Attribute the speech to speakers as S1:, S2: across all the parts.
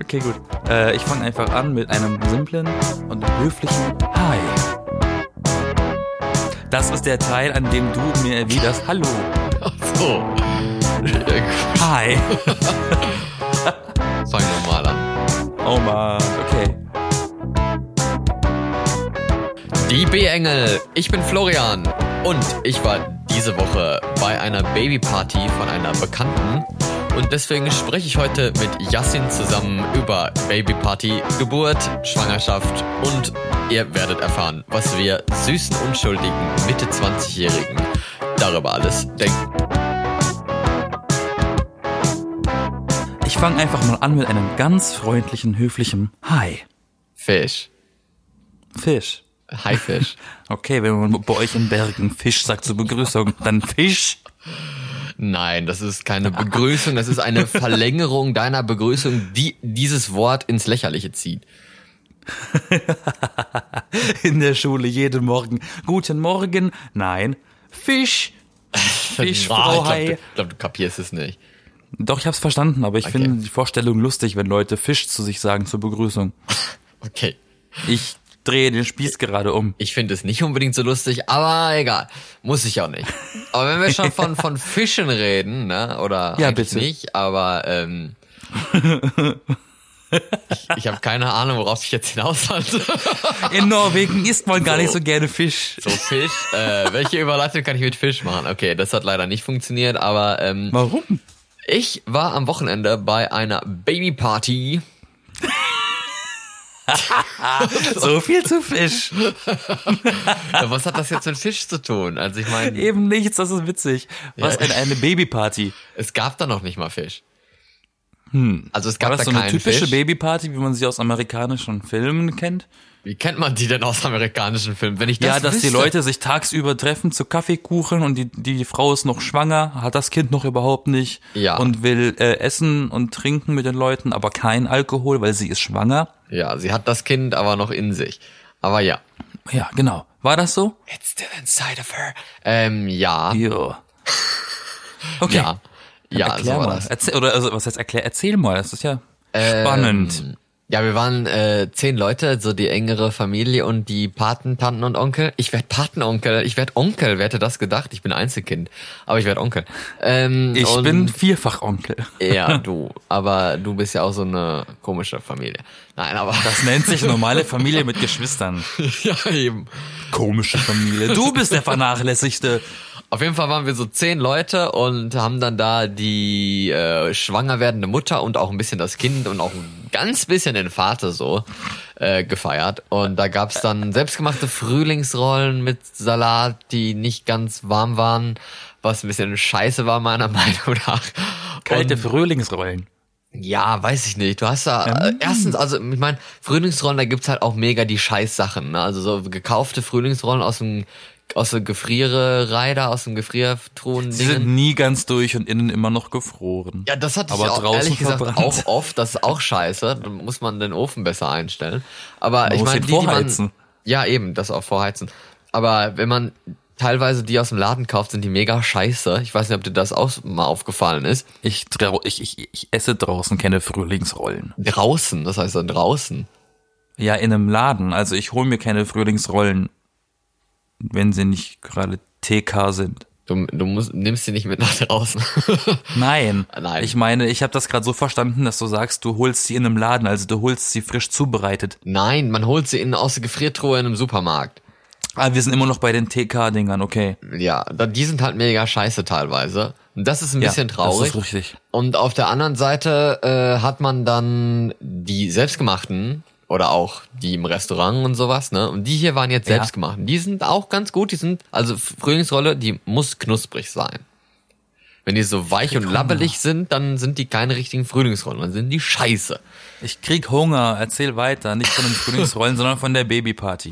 S1: Okay, gut. Äh, ich fange einfach an mit einem simplen und höflichen Hi. Das ist der Teil, an dem du mir erwiderst Hallo.
S2: Ach so.
S1: Hi.
S2: Fang nochmal an.
S1: Oh man. Okay.
S2: Die B-Engel. Ich bin Florian. Und ich war diese Woche bei einer Babyparty von einer Bekannten. Und deswegen spreche ich heute mit Yassin zusammen über Babyparty, Geburt, Schwangerschaft und ihr werdet erfahren, was wir süßen, unschuldigen Mitte 20-Jährigen darüber alles denken.
S1: Ich fange einfach mal an mit einem ganz freundlichen, höflichen Hi.
S2: Fisch.
S1: Fisch.
S2: Haifisch.
S1: Okay, wenn man bei euch in Bergen Fisch sagt zur Begrüßung, dann Fisch.
S2: Nein, das ist keine Begrüßung, das ist eine Verlängerung deiner Begrüßung, die dieses Wort ins Lächerliche zieht.
S1: In der Schule jeden Morgen. Guten Morgen. Nein. Fisch. Fisch, Frau
S2: ich glaube,
S1: Hai.
S2: du, glaub, du kapierst es nicht.
S1: Doch, ich hab's verstanden, aber ich
S2: Okay.
S1: finde die Vorstellung lustig, wenn Leute Fisch zu sich sagen zur Begrüßung.
S2: Okay.
S1: Ich drehe den Spieß gerade um.
S2: Ich finde es nicht unbedingt so lustig, aber egal. Muss ich auch nicht. Aber wenn wir schon von, von Fischen reden, ne? Oder
S1: Ja,
S2: eigentlich
S1: bitte.
S2: nicht, aber ähm, ich, ich habe keine Ahnung, worauf ich jetzt hinaus wollte.
S1: In Norwegen isst man gar
S2: So.
S1: nicht so gerne Fisch.
S2: So Fisch. Äh, welche Überleitung kann ich mit Fisch machen? Okay, das hat leider nicht funktioniert, aber ähm,
S1: Warum?
S2: Ich war am Wochenende bei einer Babyparty.
S1: So viel zu Fisch.
S2: Ja, Was hat das jetzt mit Fisch zu tun? Also ich meine,
S1: Eben nichts, das ist witzig. Was
S2: Ja.
S1: denn eine Babyparty?
S2: es gab da noch nicht mal Fisch. Hm. Also es
S1: War das
S2: gab da
S1: so eine
S2: keinen
S1: typische
S2: Fisch.
S1: Babyparty, wie man sie aus amerikanischen Filmen kennt?
S2: Wie kennt man die denn aus amerikanischen Filmen? Wenn ich das
S1: Ja, dass die
S2: wüsste-
S1: Leute sich tagsüber treffen zu Kaffeekuchen und die, die Frau ist noch schwanger, hat das Kind noch überhaupt nicht
S2: Ja.
S1: und will äh, essen und trinken mit den Leuten, aber kein Alkohol, weil sie ist schwanger.
S2: Ja, sie hat das Kind aber noch in sich. Aber ja.
S1: Ja, genau. War das so?
S2: It's still inside of her. Ähm, ja.
S1: Jo. Okay.
S2: Ja. Ja, so
S1: erklär
S2: war
S1: mal.
S2: das.
S1: Erzähl, oder also, was heißt erklär? Erzähl mal, das ist ja spannend.
S2: Ähm, ja, wir waren äh, zehn Leute, so die engere Familie und die Paten, Tanten und Onkel. Ich werd Patenonkel, ich werd Onkel, wer hätte das gedacht? Ich bin Einzelkind, aber ich werd Onkel. Ähm,
S1: Ich
S2: und-
S1: bin vierfach Onkel.
S2: Ja, du, aber du bist ja auch so eine komische Familie. Nein, aber...
S1: Das nennt sich normale Familie mit Geschwistern.
S2: ja, eben.
S1: Komische Familie. Du bist der Vernachlässigte.
S2: Auf jeden Fall waren wir so zehn Leute und haben dann da die äh, schwanger werdende Mutter und auch ein bisschen das Kind und auch ein ganz bisschen den Vater so äh, gefeiert. Und da gab's dann selbstgemachte Frühlingsrollen mit Salat, die nicht ganz warm waren, was ein bisschen scheiße war meiner Meinung nach.
S1: Kalte
S2: Und-
S1: Frühlingsrollen.
S2: ja, weiß ich nicht. Du hast da äh,
S1: Ähm.
S2: erstens, also ich meine, Frühlingsrollen, da gibt's halt auch mega die Scheißsachen. Ne? Also so gekaufte Frühlingsrollen aus dem aus der Gefriererei da, aus dem Gefriertruhen.
S1: Sie sind nie ganz durch und innen immer noch gefroren.
S2: Ja, das hatte ich
S1: Aber
S2: ja auch
S1: draußen
S2: ehrlich gesagt
S1: verbrannt.
S2: auch oft. Das ist auch scheiße. Dann muss man den Ofen besser einstellen. Aber ich
S1: muss
S2: meine,
S1: ihn
S2: die, die man,
S1: vorheizen.
S2: ja eben, das auch vorheizen. Aber wenn man teilweise die aus dem Laden kauft, sind die mega scheiße. Ich weiß nicht, ob dir das auch mal aufgefallen ist.
S1: Ich, trau- ich, ich, ich esse draußen keine Frühlingsrollen.
S2: Draußen, das heißt dann draußen.
S1: Ja, in einem Laden. Also ich hole mir keine Frühlingsrollen, wenn sie nicht gerade TK sind.
S2: Du, du musst, nimmst sie nicht mit nach draußen.
S1: Nein.
S2: Nein.
S1: Ich meine, ich habe das gerade so verstanden, dass du sagst, du holst sie in einem Laden, also du holst sie frisch zubereitet.
S2: Nein, man holt sie in, aus der Gefriertruhe in einem Supermarkt.
S1: Ah, wir sind immer noch bei den TK-Dingern, okay.
S2: Ja, da- die sind halt mega scheiße teilweise. Und das ist ein
S1: Ja,
S2: bisschen traurig.
S1: das ist richtig.
S2: Und auf der anderen Seite äh, hat man dann die selbstgemachten oder auch die im Restaurant und sowas, ne? Und die hier waren jetzt
S1: Ja.
S2: selbstgemachten. Die sind auch ganz gut. Die sind, also Frühlingsrolle, die muss knusprig sein. Wenn die so weich und labbelig sind, dann sind die keine richtigen Frühlingsrollen, dann sind die scheiße.
S1: Ich krieg Hunger, erzähl weiter. Nicht von den Frühlingsrollen, sondern von der Babyparty.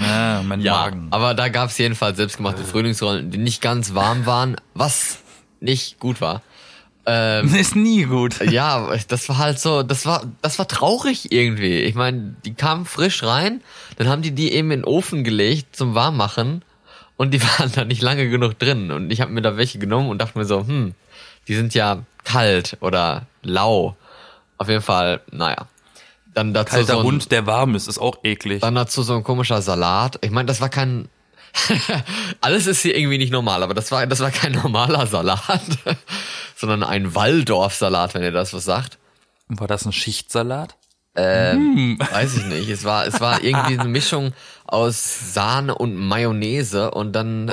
S1: ja, mein
S2: Ja,
S1: Magen. Äh.
S2: aber da gab's jedenfalls selbstgemachte Frühlingsrollen, die nicht ganz warm waren, was nicht gut war.
S1: Ist nie gut.
S2: ähm, Ja, das war halt so, das war, das war traurig irgendwie. Ich meine, die kamen frisch rein, dann haben die die eben in den Ofen gelegt zum Warmmachen und die waren da nicht lange genug drin. Und ich habe mir da welche genommen und dachte mir so, hm, die sind ja kalt oder lau. Auf jeden Fall, naja. Dann dazu
S1: Kalter
S2: so ein,
S1: Hund, der warm ist, ist auch eklig.
S2: Dann dazu so ein komischer Salat. Ich meine, das war kein. Alles ist hier irgendwie nicht normal, aber das war, das war kein normaler Salat, sondern ein Waldorf-Salat, wenn ihr das was sagt.
S1: War das ein Schichtsalat?
S2: Ähm,
S1: Hm.
S2: Weiß ich nicht. Es war, es war irgendwie eine Mischung aus Sahne und Mayonnaise und dann, äh,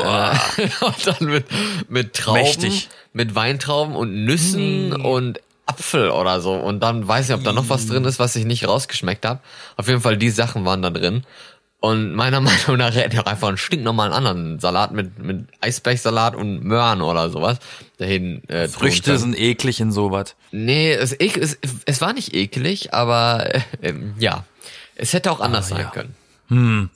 S2: und dann mit, mit Trauben,
S1: Mächtig.
S2: mit Weintrauben und Nüssen und Apfel oder so. Und dann weiß ich, ob da noch was drin ist, was ich nicht rausgeschmeckt habe. Auf jeden Fall, die Sachen waren da drin. Und meiner Meinung nach hätte ich auch einfach einen stinknormalen anderen Salat mit, mit Eisbergsalat und Möhren oder sowas dahin äh, tun
S1: Früchte
S2: können.
S1: sind eklig in sowas.
S2: Nee, es, ek- es, es war nicht eklig, aber äh, ähm, ja, es hätte auch anders sein
S1: Ah, ja. Hm,
S2: können.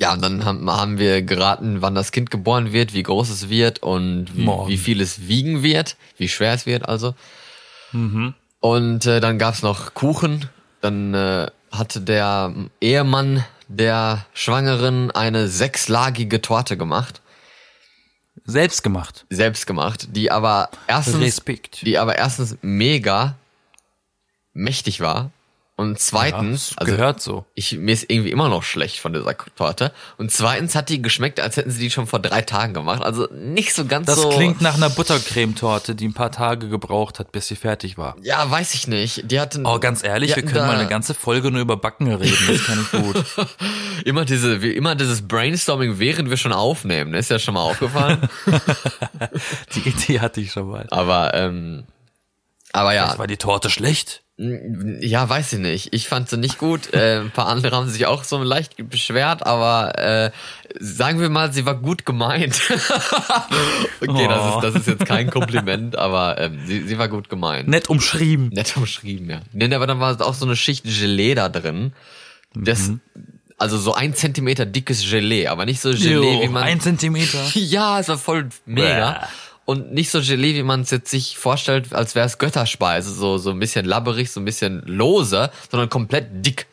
S2: Ja, und dann haben, haben wir geraten, wann das Kind geboren wird, wie groß es wird und wie,
S1: Morgen.
S2: wie viel es wiegen wird, wie schwer es wird also.
S1: Mhm.
S2: Und äh, dann gab's noch Kuchen. Dann äh, hatte der Ehemann der Schwangeren eine sechslagige Torte gemacht,
S1: Selbst gemacht.
S2: selbst gemacht, die aber erstens
S1: Respekt.
S2: die aber erstens mega mächtig war und zweitens,
S1: das
S2: also
S1: gehört so.
S2: ich, mir ist irgendwie immer noch schlecht von dieser Torte und zweitens hat die geschmeckt, als hätten sie die schon vor drei Tagen gemacht, also nicht so ganz
S1: Das
S2: so.
S1: klingt nach einer Buttercremetorte, die ein paar Tage gebraucht hat, bis sie fertig war.
S2: ja, weiß ich nicht. Die hatten
S1: Oh, ganz ehrlich,
S2: die
S1: wir
S2: hatten
S1: können
S2: da
S1: mal eine ganze Folge nur über Backen reden. Das kann ich gut.
S2: immer diese wie immer dieses Brainstorming, während wir schon aufnehmen, ne? ist ja schon mal aufgefallen.
S1: Die Idee hatte ich schon mal.
S2: aber ähm, aber ja,
S1: Ah, War die Torte schlecht?
S2: Ja, weiß ich nicht. Ich fand sie nicht gut. Äh, ein paar andere haben sich auch so leicht beschwert, aber äh, sagen wir mal, sie war gut gemeint. okay, das,
S1: Oh.
S2: ist, das ist jetzt kein Kompliment, aber ähm, sie, sie war gut gemeint.
S1: Nett umschrieben.
S2: Nett umschrieben, ja. Nee, aber dann war auch so eine Schicht Gelee da drin. Das,
S1: Mhm.
S2: Also so ein Zentimeter dickes Gelee, aber nicht so Gelee,
S1: Jo,
S2: wie man
S1: ein Zentimeter.
S2: ja, es war voll
S1: Bäh.
S2: mega. Und nicht so Gelee, wie man es jetzt sich vorstellt, als wäre es Götterspeise. So, so ein bisschen labberig, so ein bisschen lose, sondern komplett dick.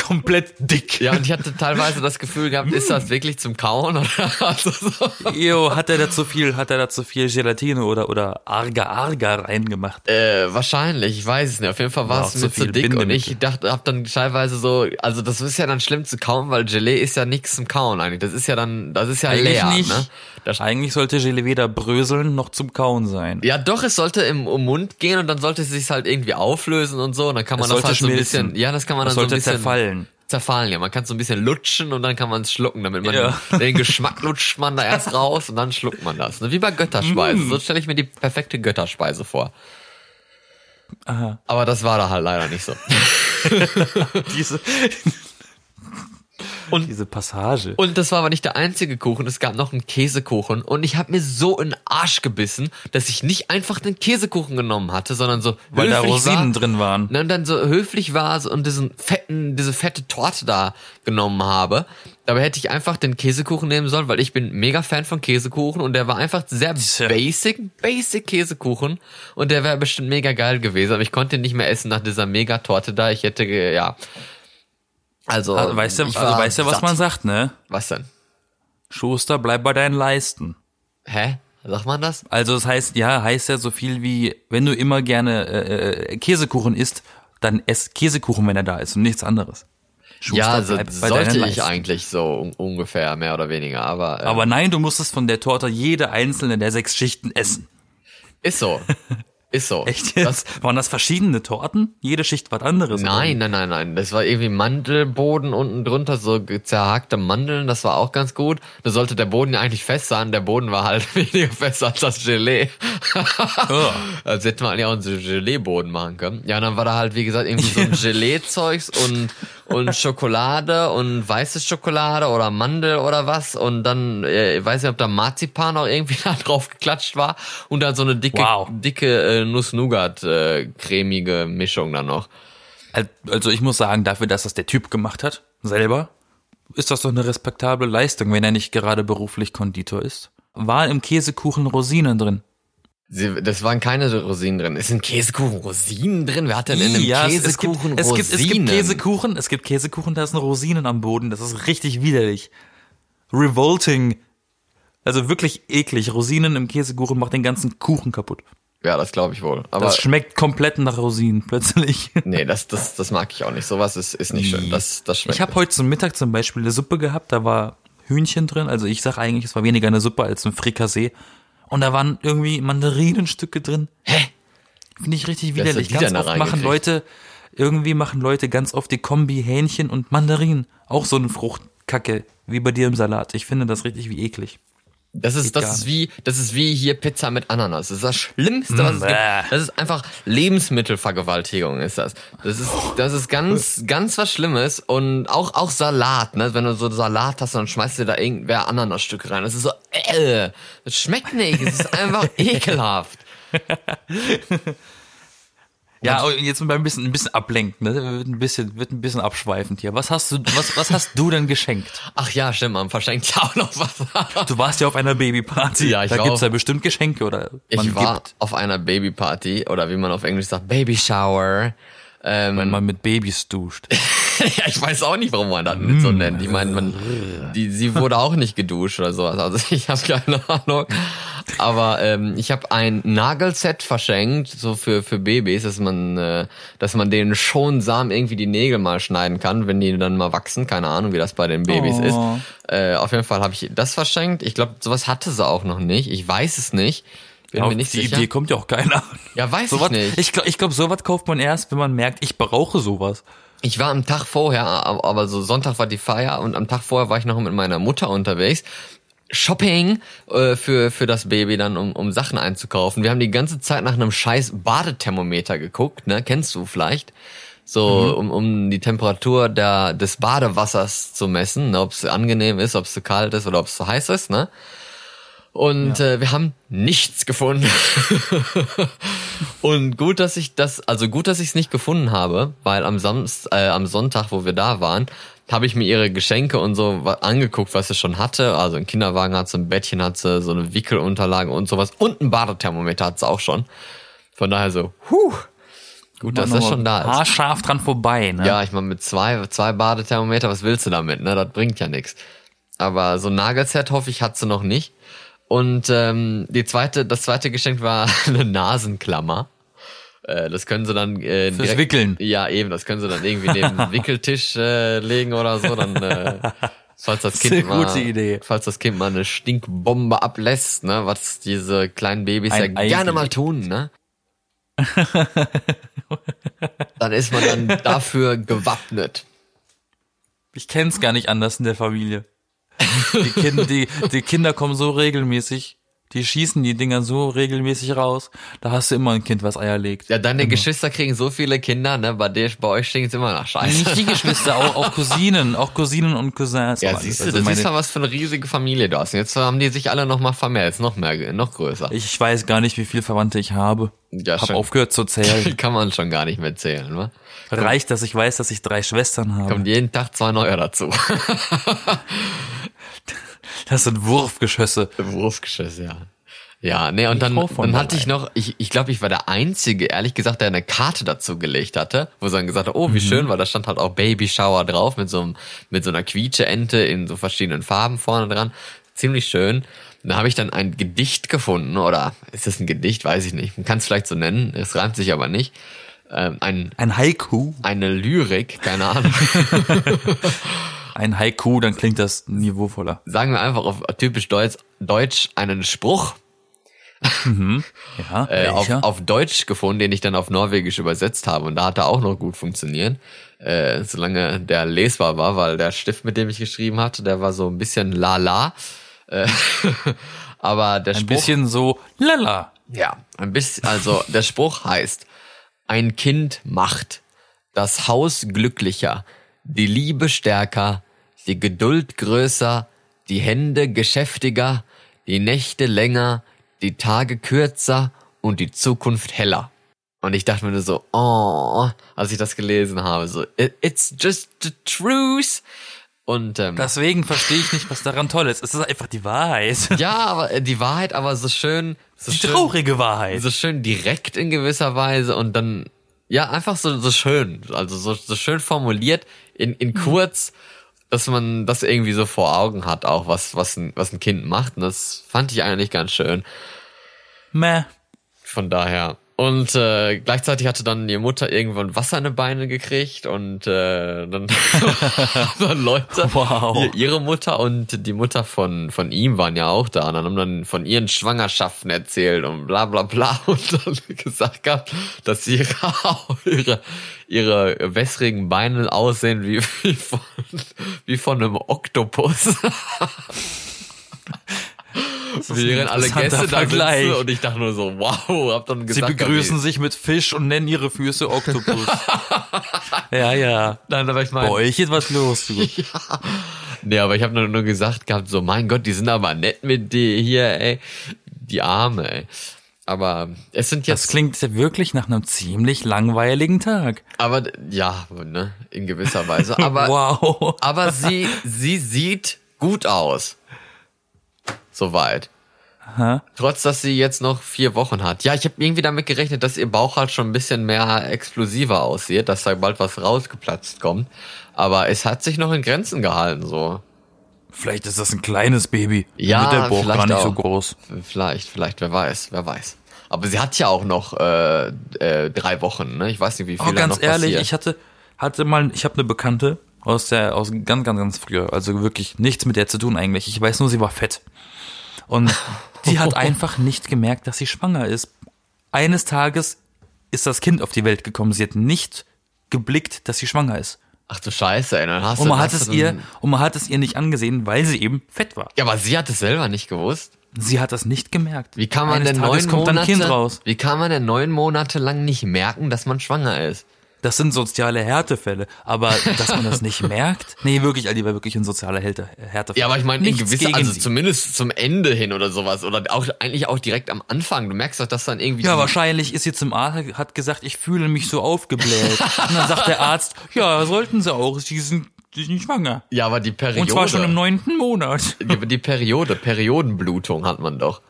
S1: Komplett dick.
S2: Ja, und ich hatte teilweise das Gefühl gehabt,
S1: Mm.
S2: ist das wirklich zum Kauen? Oder also so.
S1: Jo, hat er da zu viel, hat er da zu viel Gelatine oder, oder Arga Arga reingemacht?
S2: Äh, wahrscheinlich, ich weiß es nicht. Auf jeden Fall war
S1: War
S2: es
S1: auch zu
S2: mir zu
S1: viel
S2: dick und
S1: Bindemittel.
S2: ich dachte, hab dann teilweise so, also das ist ja dann schlimm zu kauen, weil Gelee ist ja nichts zum Kauen eigentlich. Das ist ja dann, das ist ja leer, ne? Da
S1: Eigentlich sollte Gelee weder bröseln noch zum Kauen sein.
S2: Ja, doch, es sollte im, im Mund gehen und dann sollte es sich halt irgendwie auflösen und so. Und dann kann man
S1: Es
S2: das
S1: sollte
S2: halt so ein
S1: schmilzen.
S2: bisschen. Ja, das kann man
S1: Es
S2: dann so
S1: sollte
S2: ein bisschen.
S1: zerfallen.
S2: Zerfallen, ja. Man kann es so ein bisschen lutschen und dann kann man es schlucken, damit man
S1: Ja.
S2: den Geschmack lutscht man da erst raus und dann schluckt man das. Ne? Wie bei Götterspeise.
S1: Mm.
S2: So stelle ich mir die perfekte Götterspeise vor. Aber das war da halt leider nicht so.
S1: Diese,
S2: Und-
S1: diese Passage.
S2: Und das war aber nicht der einzige Kuchen, es gab noch einen Käsekuchen und ich habe mir so in den Arsch gebissen, dass ich nicht einfach den Käsekuchen genommen hatte, sondern so
S1: weil da
S2: höflich
S1: Rosinen
S2: war,
S1: drin waren.
S2: Ne, und dann so höflich war so, und diesen fetten, diese fette Torte da genommen habe. Dabei hätte ich einfach den Käsekuchen nehmen sollen, weil ich bin mega Fan von Käsekuchen und der war einfach sehr
S1: Tja.
S2: basic, basic Käsekuchen und der wäre bestimmt mega geil gewesen, aber ich konnte ihn nicht mehr essen nach dieser mega Torte da. Ich hätte, ge- ja. Also,
S1: Also, weißt du,
S2: ich
S1: also,
S2: war
S1: weißt du was
S2: satt.
S1: man sagt, ne?
S2: Was denn?
S1: Schuster, bleib bei deinen Leisten.
S2: Hä? Sagt man das?
S1: Also das heißt, ja, heißt ja so viel wie, wenn du immer gerne äh, äh, Käsekuchen isst, dann ess Käsekuchen, wenn er da ist und nichts anderes. Schuster,
S2: ja, so,
S1: bleib bei deinen
S2: sollte ich
S1: Leisten.
S2: eigentlich so un ungefähr, mehr oder weniger, aber, äh,
S1: Aber nein, du musstest von der Torte jede einzelne der sechs Schichten essen.
S2: ist so. Ist so.
S1: Echt
S2: Das,
S1: jetzt? Waren das verschiedene Torten? Jede Schicht was anderes?
S2: Nein, nein, nein, nein. Das war irgendwie Mandelboden unten drunter, so ge- zerhakte Mandeln. Das war auch ganz gut. Da sollte der Boden ja eigentlich fest sein. Der Boden war halt weniger fest als das Gelee.
S1: Oh.
S2: Also hätte man ja auch einen so Geleeboden machen können. Ja, und dann war da halt, wie gesagt, irgendwie so ein Gelee-Zeugs und, und Schokolade und weiße Schokolade oder Mandel oder was. Und dann, äh, ich weiß nicht, ob da Marzipan auch irgendwie da drauf geklatscht war. Und dann so eine dicke,
S1: Wow.
S2: dicke äh, Nuss-Nougat-cremige Mischung dann noch.
S1: Al- Also ich muss sagen, dafür, dass das der Typ gemacht hat, selber, ist das doch eine respektable Leistung, wenn er nicht gerade beruflich Konditor ist. War im Käsekuchen Rosinen drin?
S2: Sie, das waren keine Rosinen drin. Ist ein Käsekuchen Rosinen drin? Wer hat denn in einem
S1: Ja, es-
S2: Käsekuchen
S1: es gibt, es, gibt, es
S2: Rosinen?
S1: gibt Käsekuchen, es gibt Käsekuchen, da sind Rosinen am Boden, das ist richtig widerlich. Revolting. Also wirklich eklig. Rosinen im Käsekuchen macht den ganzen Kuchen kaputt.
S2: Ja, das glaube ich wohl. Aber
S1: Das schmeckt komplett nach Rosinen plötzlich.
S2: nee, das, das, das mag ich auch nicht. Sowas ist, ist nicht schön. Das, das schmeckt.
S1: Ich habe heute zum Mittag zum Beispiel eine Suppe gehabt, da war Hühnchen drin. Also ich sage eigentlich, es war weniger eine Suppe als ein Frikassee. Und da waren irgendwie Mandarinenstücke drin. Hä? Finde ich richtig
S2: hast du
S1: widerlich.
S2: die
S1: Ganz
S2: denn da
S1: oft machen
S2: reingekriegt?
S1: Leute, irgendwie machen Leute ganz oft die Kombi Hähnchen und Mandarinen. Auch so eine Fruchtkacke, wie bei dir im Salat. Ich finde das richtig wie eklig.
S2: Das ist,
S1: gar
S2: das ist wie, das ist wie hier Pizza mit Ananas. Das ist das Schlimmste, was es
S1: Bäh.
S2: gibt. Das ist einfach Lebensmittelvergewaltigung, ist das. Das ist, das ist ganz, ganz was Schlimmes und auch, auch Salat, ne? Wenn du so Salat hast, dann schmeißt dir da irgendwer Ananasstücke rein. Das ist so, äh, das schmeckt nicht. Es ist einfach ekelhaft.
S1: Ja, und jetzt mal ein bisschen, ein bisschen ablenken. Ne? Wird ein bisschen, wird ein bisschen abschweifend hier. Was hast du, was, was hast du denn geschenkt?
S2: Ach ja, stimmt, man verschenkt ja auch noch was.
S1: Du warst ja auf einer Babyparty.
S2: Ja, ich
S1: da
S2: war
S1: gibt's
S2: auf-
S1: ja bestimmt Geschenke oder
S2: Ich war
S1: gibt
S2: auf einer Babyparty oder wie man auf Englisch sagt, Baby Shower. Ähm,
S1: wenn man mit Babys duscht.
S2: ja, ich weiß auch nicht, warum man das nicht
S1: Hm.
S2: so nennt. Ich meine, man, die, sie wurde auch nicht geduscht oder sowas. Also ich habe keine Ahnung. Aber ähm, ich habe ein Nagelset verschenkt, so für für Babys, dass man, äh, dass man denen schon Samen irgendwie die Nägel mal schneiden kann, wenn die dann mal wachsen. Keine Ahnung, wie das bei den Babys
S1: Oh.
S2: ist. Äh, auf jeden Fall habe ich das verschenkt. Ich glaube, sowas hatte sie auch noch nicht. Ich weiß es nicht. Bin
S1: Auf
S2: mir nicht
S1: die
S2: sicher.
S1: Idee kommt ja auch keiner.
S2: Ja, weiß ich
S1: sowas,
S2: nicht.
S1: Ich glaube, ich glaub, sowas kauft man erst, wenn man merkt, ich brauche sowas.
S2: Ich war am Tag vorher, ab- aber so Sonntag war die Feier und am Tag vorher war ich noch mit meiner Mutter unterwegs. Shopping äh, für, für das Baby dann, um, um Sachen einzukaufen. Wir haben die ganze Zeit nach einem scheiß Badethermometer geguckt, ne? Kennst du vielleicht? So, um, um die Temperatur der, des Badewassers zu messen, ne? ob es angenehm ist, ob es zu kalt ist oder ob es zu heiß ist, ne? Und äh, wir haben nichts gefunden. Und gut, dass ich das, also gut, dass ich es nicht gefunden habe, weil am Samst, äh, am Sonntag, wo wir da waren, habe ich mir ihre Geschenke und so wa- angeguckt, was sie schon hatte. Also ein Kinderwagen hat sie, ein Bettchen hat sie, so eine Wickelunterlage und sowas. Und ein Badethermometer hat sie auch schon. Von daher so, huh, gut, dass das schon da ist.
S1: Haarscharf dran vorbei, ne?
S2: Ja, ich meine, mit zwei, zwei Badethermometer, was willst du damit? Ne? Das bringt ja nichts. Aber so ein Nagelset, hoffe ich, hat sie noch nicht. Und ähm, die zweite, das zweite Geschenk war eine Nasenklammer. Äh, Das können sie dann äh,
S1: Fürs Wickeln.
S2: Ja, eben, das können sie dann irgendwie neben den Wickeltisch äh, legen oder so. Dann, äh, falls das Kind
S1: Sehr
S2: mal,
S1: gute Idee.
S2: falls das Kind mal eine Stinkbombe ablässt, ne, was diese kleinen Babys
S1: Ein
S2: ja gerne
S1: Ei
S2: mal tun, ne? dann ist man dann dafür gewappnet.
S1: Ich kenn's gar nicht anders in der Familie. Die, kind, die, die Kinder kommen so regelmäßig, die schießen die Dinger so regelmäßig raus, da hast du immer ein Kind, was Eier legt.
S2: Ja, deine Geschwister kriegen so viele Kinder, ne? Bei dir, bei euch stinkt immer nach Scheiße.
S1: Nicht die Geschwister, auch, auch Cousinen, auch Cousinen und Cousins.
S2: Ja,
S1: und alles.
S2: siehst du,
S1: Also
S2: das
S1: meine-
S2: ist ja was für eine riesige Familie du hast. Und Jetzt haben die sich alle nochmal vermehrt, jetzt noch mehr, noch größer.
S1: ich weiß gar nicht, wie viel Verwandte ich habe.
S2: Ja,
S1: Hab
S2: schon.
S1: aufgehört zu zählen.
S2: Kann man schon gar nicht mehr zählen, ne?
S1: Reicht, dass ich weiß, dass ich drei Schwestern habe.
S2: Kommt jeden Tag zwei neue dazu.
S1: Das sind Wurfgeschosse.
S2: Wurfgeschoss, ja. Ja, nee, und dann,
S1: hau von
S2: dann hatte
S1: allein.
S2: ich noch, ich, ich glaube, ich war der Einzige, ehrlich gesagt, der eine Karte dazu gelegt hatte, wo sie dann gesagt hat, oh, wie schön, weil da stand halt auch Baby Shower drauf mit so, einem, mit so einer Quietscheente in so verschiedenen Farben vorne dran. Ziemlich schön. Da habe ich dann ein Gedicht gefunden, oder ist das ein Gedicht? Weiß ich nicht. Man kann es vielleicht so nennen, es reimt sich aber nicht. Ähm, ein,
S1: Ein Haiku.
S2: eine Lyrik, keine Ahnung.
S1: Ein Haiku, dann klingt das niveauvoller.
S2: Sagen wir einfach auf typisch Deutsch, Deutsch einen Spruch.
S1: Ja,
S2: äh, auf,
S1: welcher?
S2: auf Deutsch gefunden, den ich dann auf Norwegisch übersetzt habe. Und da hat er auch noch gut funktioniert. Äh, solange der lesbar war, weil der Stift, mit dem ich geschrieben hatte, der war so ein bisschen lala. Äh, aber der
S1: ein
S2: Spruch.
S1: bisschen so lala.
S2: Ja, ein bisschen. Also der Spruch heißt: Ein Kind macht das Haus glücklicher, die Liebe stärker, die Geduld größer, die Hände geschäftiger, die Nächte länger, die Tage kürzer und die Zukunft heller. Und ich dachte mir nur so, oh, als ich das gelesen habe, so, "It- it's just the truth. Und ähm,
S1: Deswegen verstehe ich nicht, was daran toll ist. Es ist einfach die Wahrheit.
S2: ja, aber äh, die Wahrheit, aber so schön, so
S1: Die
S2: schön,
S1: traurige Wahrheit.
S2: so schön direkt in gewisser Weise und dann ja einfach so so schön, also so, so schön formuliert in in kurz dass man das irgendwie so vor Augen hat, auch was, was, ein, was ein Kind macht. Und das fand ich eigentlich ganz schön.
S1: Meh.
S2: Von daher. Und äh, gleichzeitig hatte dann die Mutter irgendwann Wasser in die Beine gekriegt und äh, dann dann Leute,
S1: Wow.
S2: ihr- ihre Mutter und die Mutter von, von ihm waren ja auch da und dann haben dann von ihren Schwangerschaften erzählt und bla bla bla und dann gesagt gehabt, dass sie ihre, ihre, ihre wässrigen Beine aussehen wie, wie, von, wie von einem Oktopus.
S1: Das ist ein
S2: Während alle
S1: interessanter
S2: Gäste da sitzen
S1: Vergleich.
S2: und ich dachte nur so, wow, hab dann
S1: Sie
S2: gesagt.
S1: begrüßen sich mit Fisch und nennen ihre Füße Oktopus. ja, ja.
S2: Nein, aber ich
S1: Bei
S2: meine,
S1: euch ist was los, du.
S2: Nee, aber ich habe nur, nur gesagt gehabt, so, mein Gott, die sind aber nett mit dir hier, ey. Die Arme, ey. Aber es sind
S1: Das
S2: jetzt,
S1: klingt ja wirklich nach einem ziemlich langweiligen Tag.
S2: aber, ja, ne, in gewisser Weise. Aber,
S1: wow.
S2: aber sie, sie sieht gut aus. Soweit. Trotz, dass sie jetzt noch vier Wochen hat. Ja, ich habe irgendwie damit gerechnet, dass ihr Bauch halt schon ein bisschen mehr explosiver aussieht, dass da bald was rausgeplatzt kommt. Aber es hat sich noch in Grenzen gehalten, so.
S1: Vielleicht ist das ein kleines Baby.
S2: Ja,
S1: Mit der Bauch
S2: vielleicht
S1: gar nicht so
S2: auch.
S1: groß.
S2: Vielleicht, vielleicht, wer weiß, wer weiß. Aber sie hat ja auch noch äh, äh, drei Wochen, ne? Ich weiß nicht, wie viel
S1: Oh,
S2: da
S1: ganz
S2: noch
S1: ehrlich,
S2: passiert.
S1: ich hatte, hatte mal, ich habe eine Bekannte aus der, aus ganz, ganz, ganz früher, also wirklich nichts mit der zu tun eigentlich. Ich weiß nur, sie war fett. Und die hat einfach nicht gemerkt, dass sie schwanger ist. Eines Tages ist das Kind auf die Welt gekommen. Sie hat nicht geblickt, dass sie schwanger ist.
S2: Ach du Scheiße, ey, dann hast
S1: Und
S2: du.
S1: man hat
S2: hast
S1: es
S2: du
S1: ihr,
S2: dann-
S1: und man hat es ihr nicht angesehen, weil sie eben fett war.
S2: Ja, aber sie hat es selber nicht gewusst.
S1: Sie hat das nicht gemerkt.
S2: Wie kann man
S1: Eines
S2: denn
S1: Tages
S2: neun
S1: kommt dann
S2: Monate?
S1: ein Kind raus.
S2: Wie kann man denn neun Monate lang nicht merken, dass man schwanger ist?
S1: Das sind soziale Härtefälle. Aber dass man das nicht merkt? Nee, wirklich, Aldi war wirklich ein sozialer Hälte- Härtefall.
S2: Ja, aber ich meine, in
S1: Nichts
S2: gewisser,
S1: gegen
S2: also
S1: sie.
S2: zumindest zum Ende hin oder sowas. Oder auch eigentlich auch direkt am Anfang. Du merkst doch, dass dann irgendwie.
S1: Ja,
S2: die-
S1: wahrscheinlich ist sie zum Arzt, hat gesagt, ich fühle mich so aufgebläht. Und dann sagt der Arzt, ja, sollten sie auch, sie sind, sie sind schwanger.
S2: ja, aber die Periode.
S1: Und zwar schon im neunten Monat.
S2: die, die Periode, Periodenblutung hat man doch.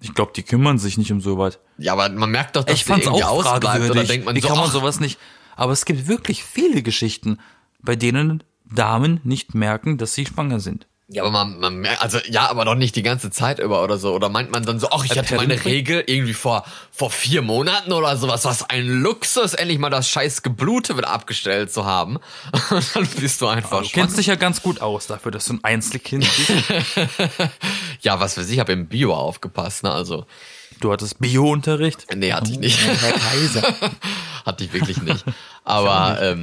S1: Ich glaube, die kümmern sich nicht um sowas.
S2: Ja, aber man merkt doch, dass
S1: ich
S2: die
S1: fand's
S2: irgendwie
S1: auch
S2: ausbleibt. Oder
S1: fragwürdig.
S2: denkt man
S1: Wie
S2: so,
S1: kann man
S2: ach,
S1: sowas nicht? Aber es gibt wirklich viele Geschichten, bei denen Damen nicht merken, dass sie schwanger sind.
S2: Ja, aber man, man merkt, also ja, aber doch nicht die ganze Zeit über oder so. Oder meint man dann so, ach, ich
S1: Äh,
S2: hatte meine
S1: Periodenblut-
S2: Regel irgendwie vor, vor vier Monaten oder sowas. Was ein Luxus, endlich mal das scheiß Geblute wieder abgestellt zu haben. Und dann bist du einfach
S1: Du kennst
S2: schwanger.
S1: dich ja ganz gut aus dafür, dass du ein Einzelkind bist.
S2: Ja, was weiß ich, habe im Bio aufgepasst, ne? Also,
S1: Du hattest Bio-Unterricht.
S2: nee, hatte ich nicht.
S1: Herr Kaiser.
S2: Hatte ich wirklich nicht. Aber, ähm,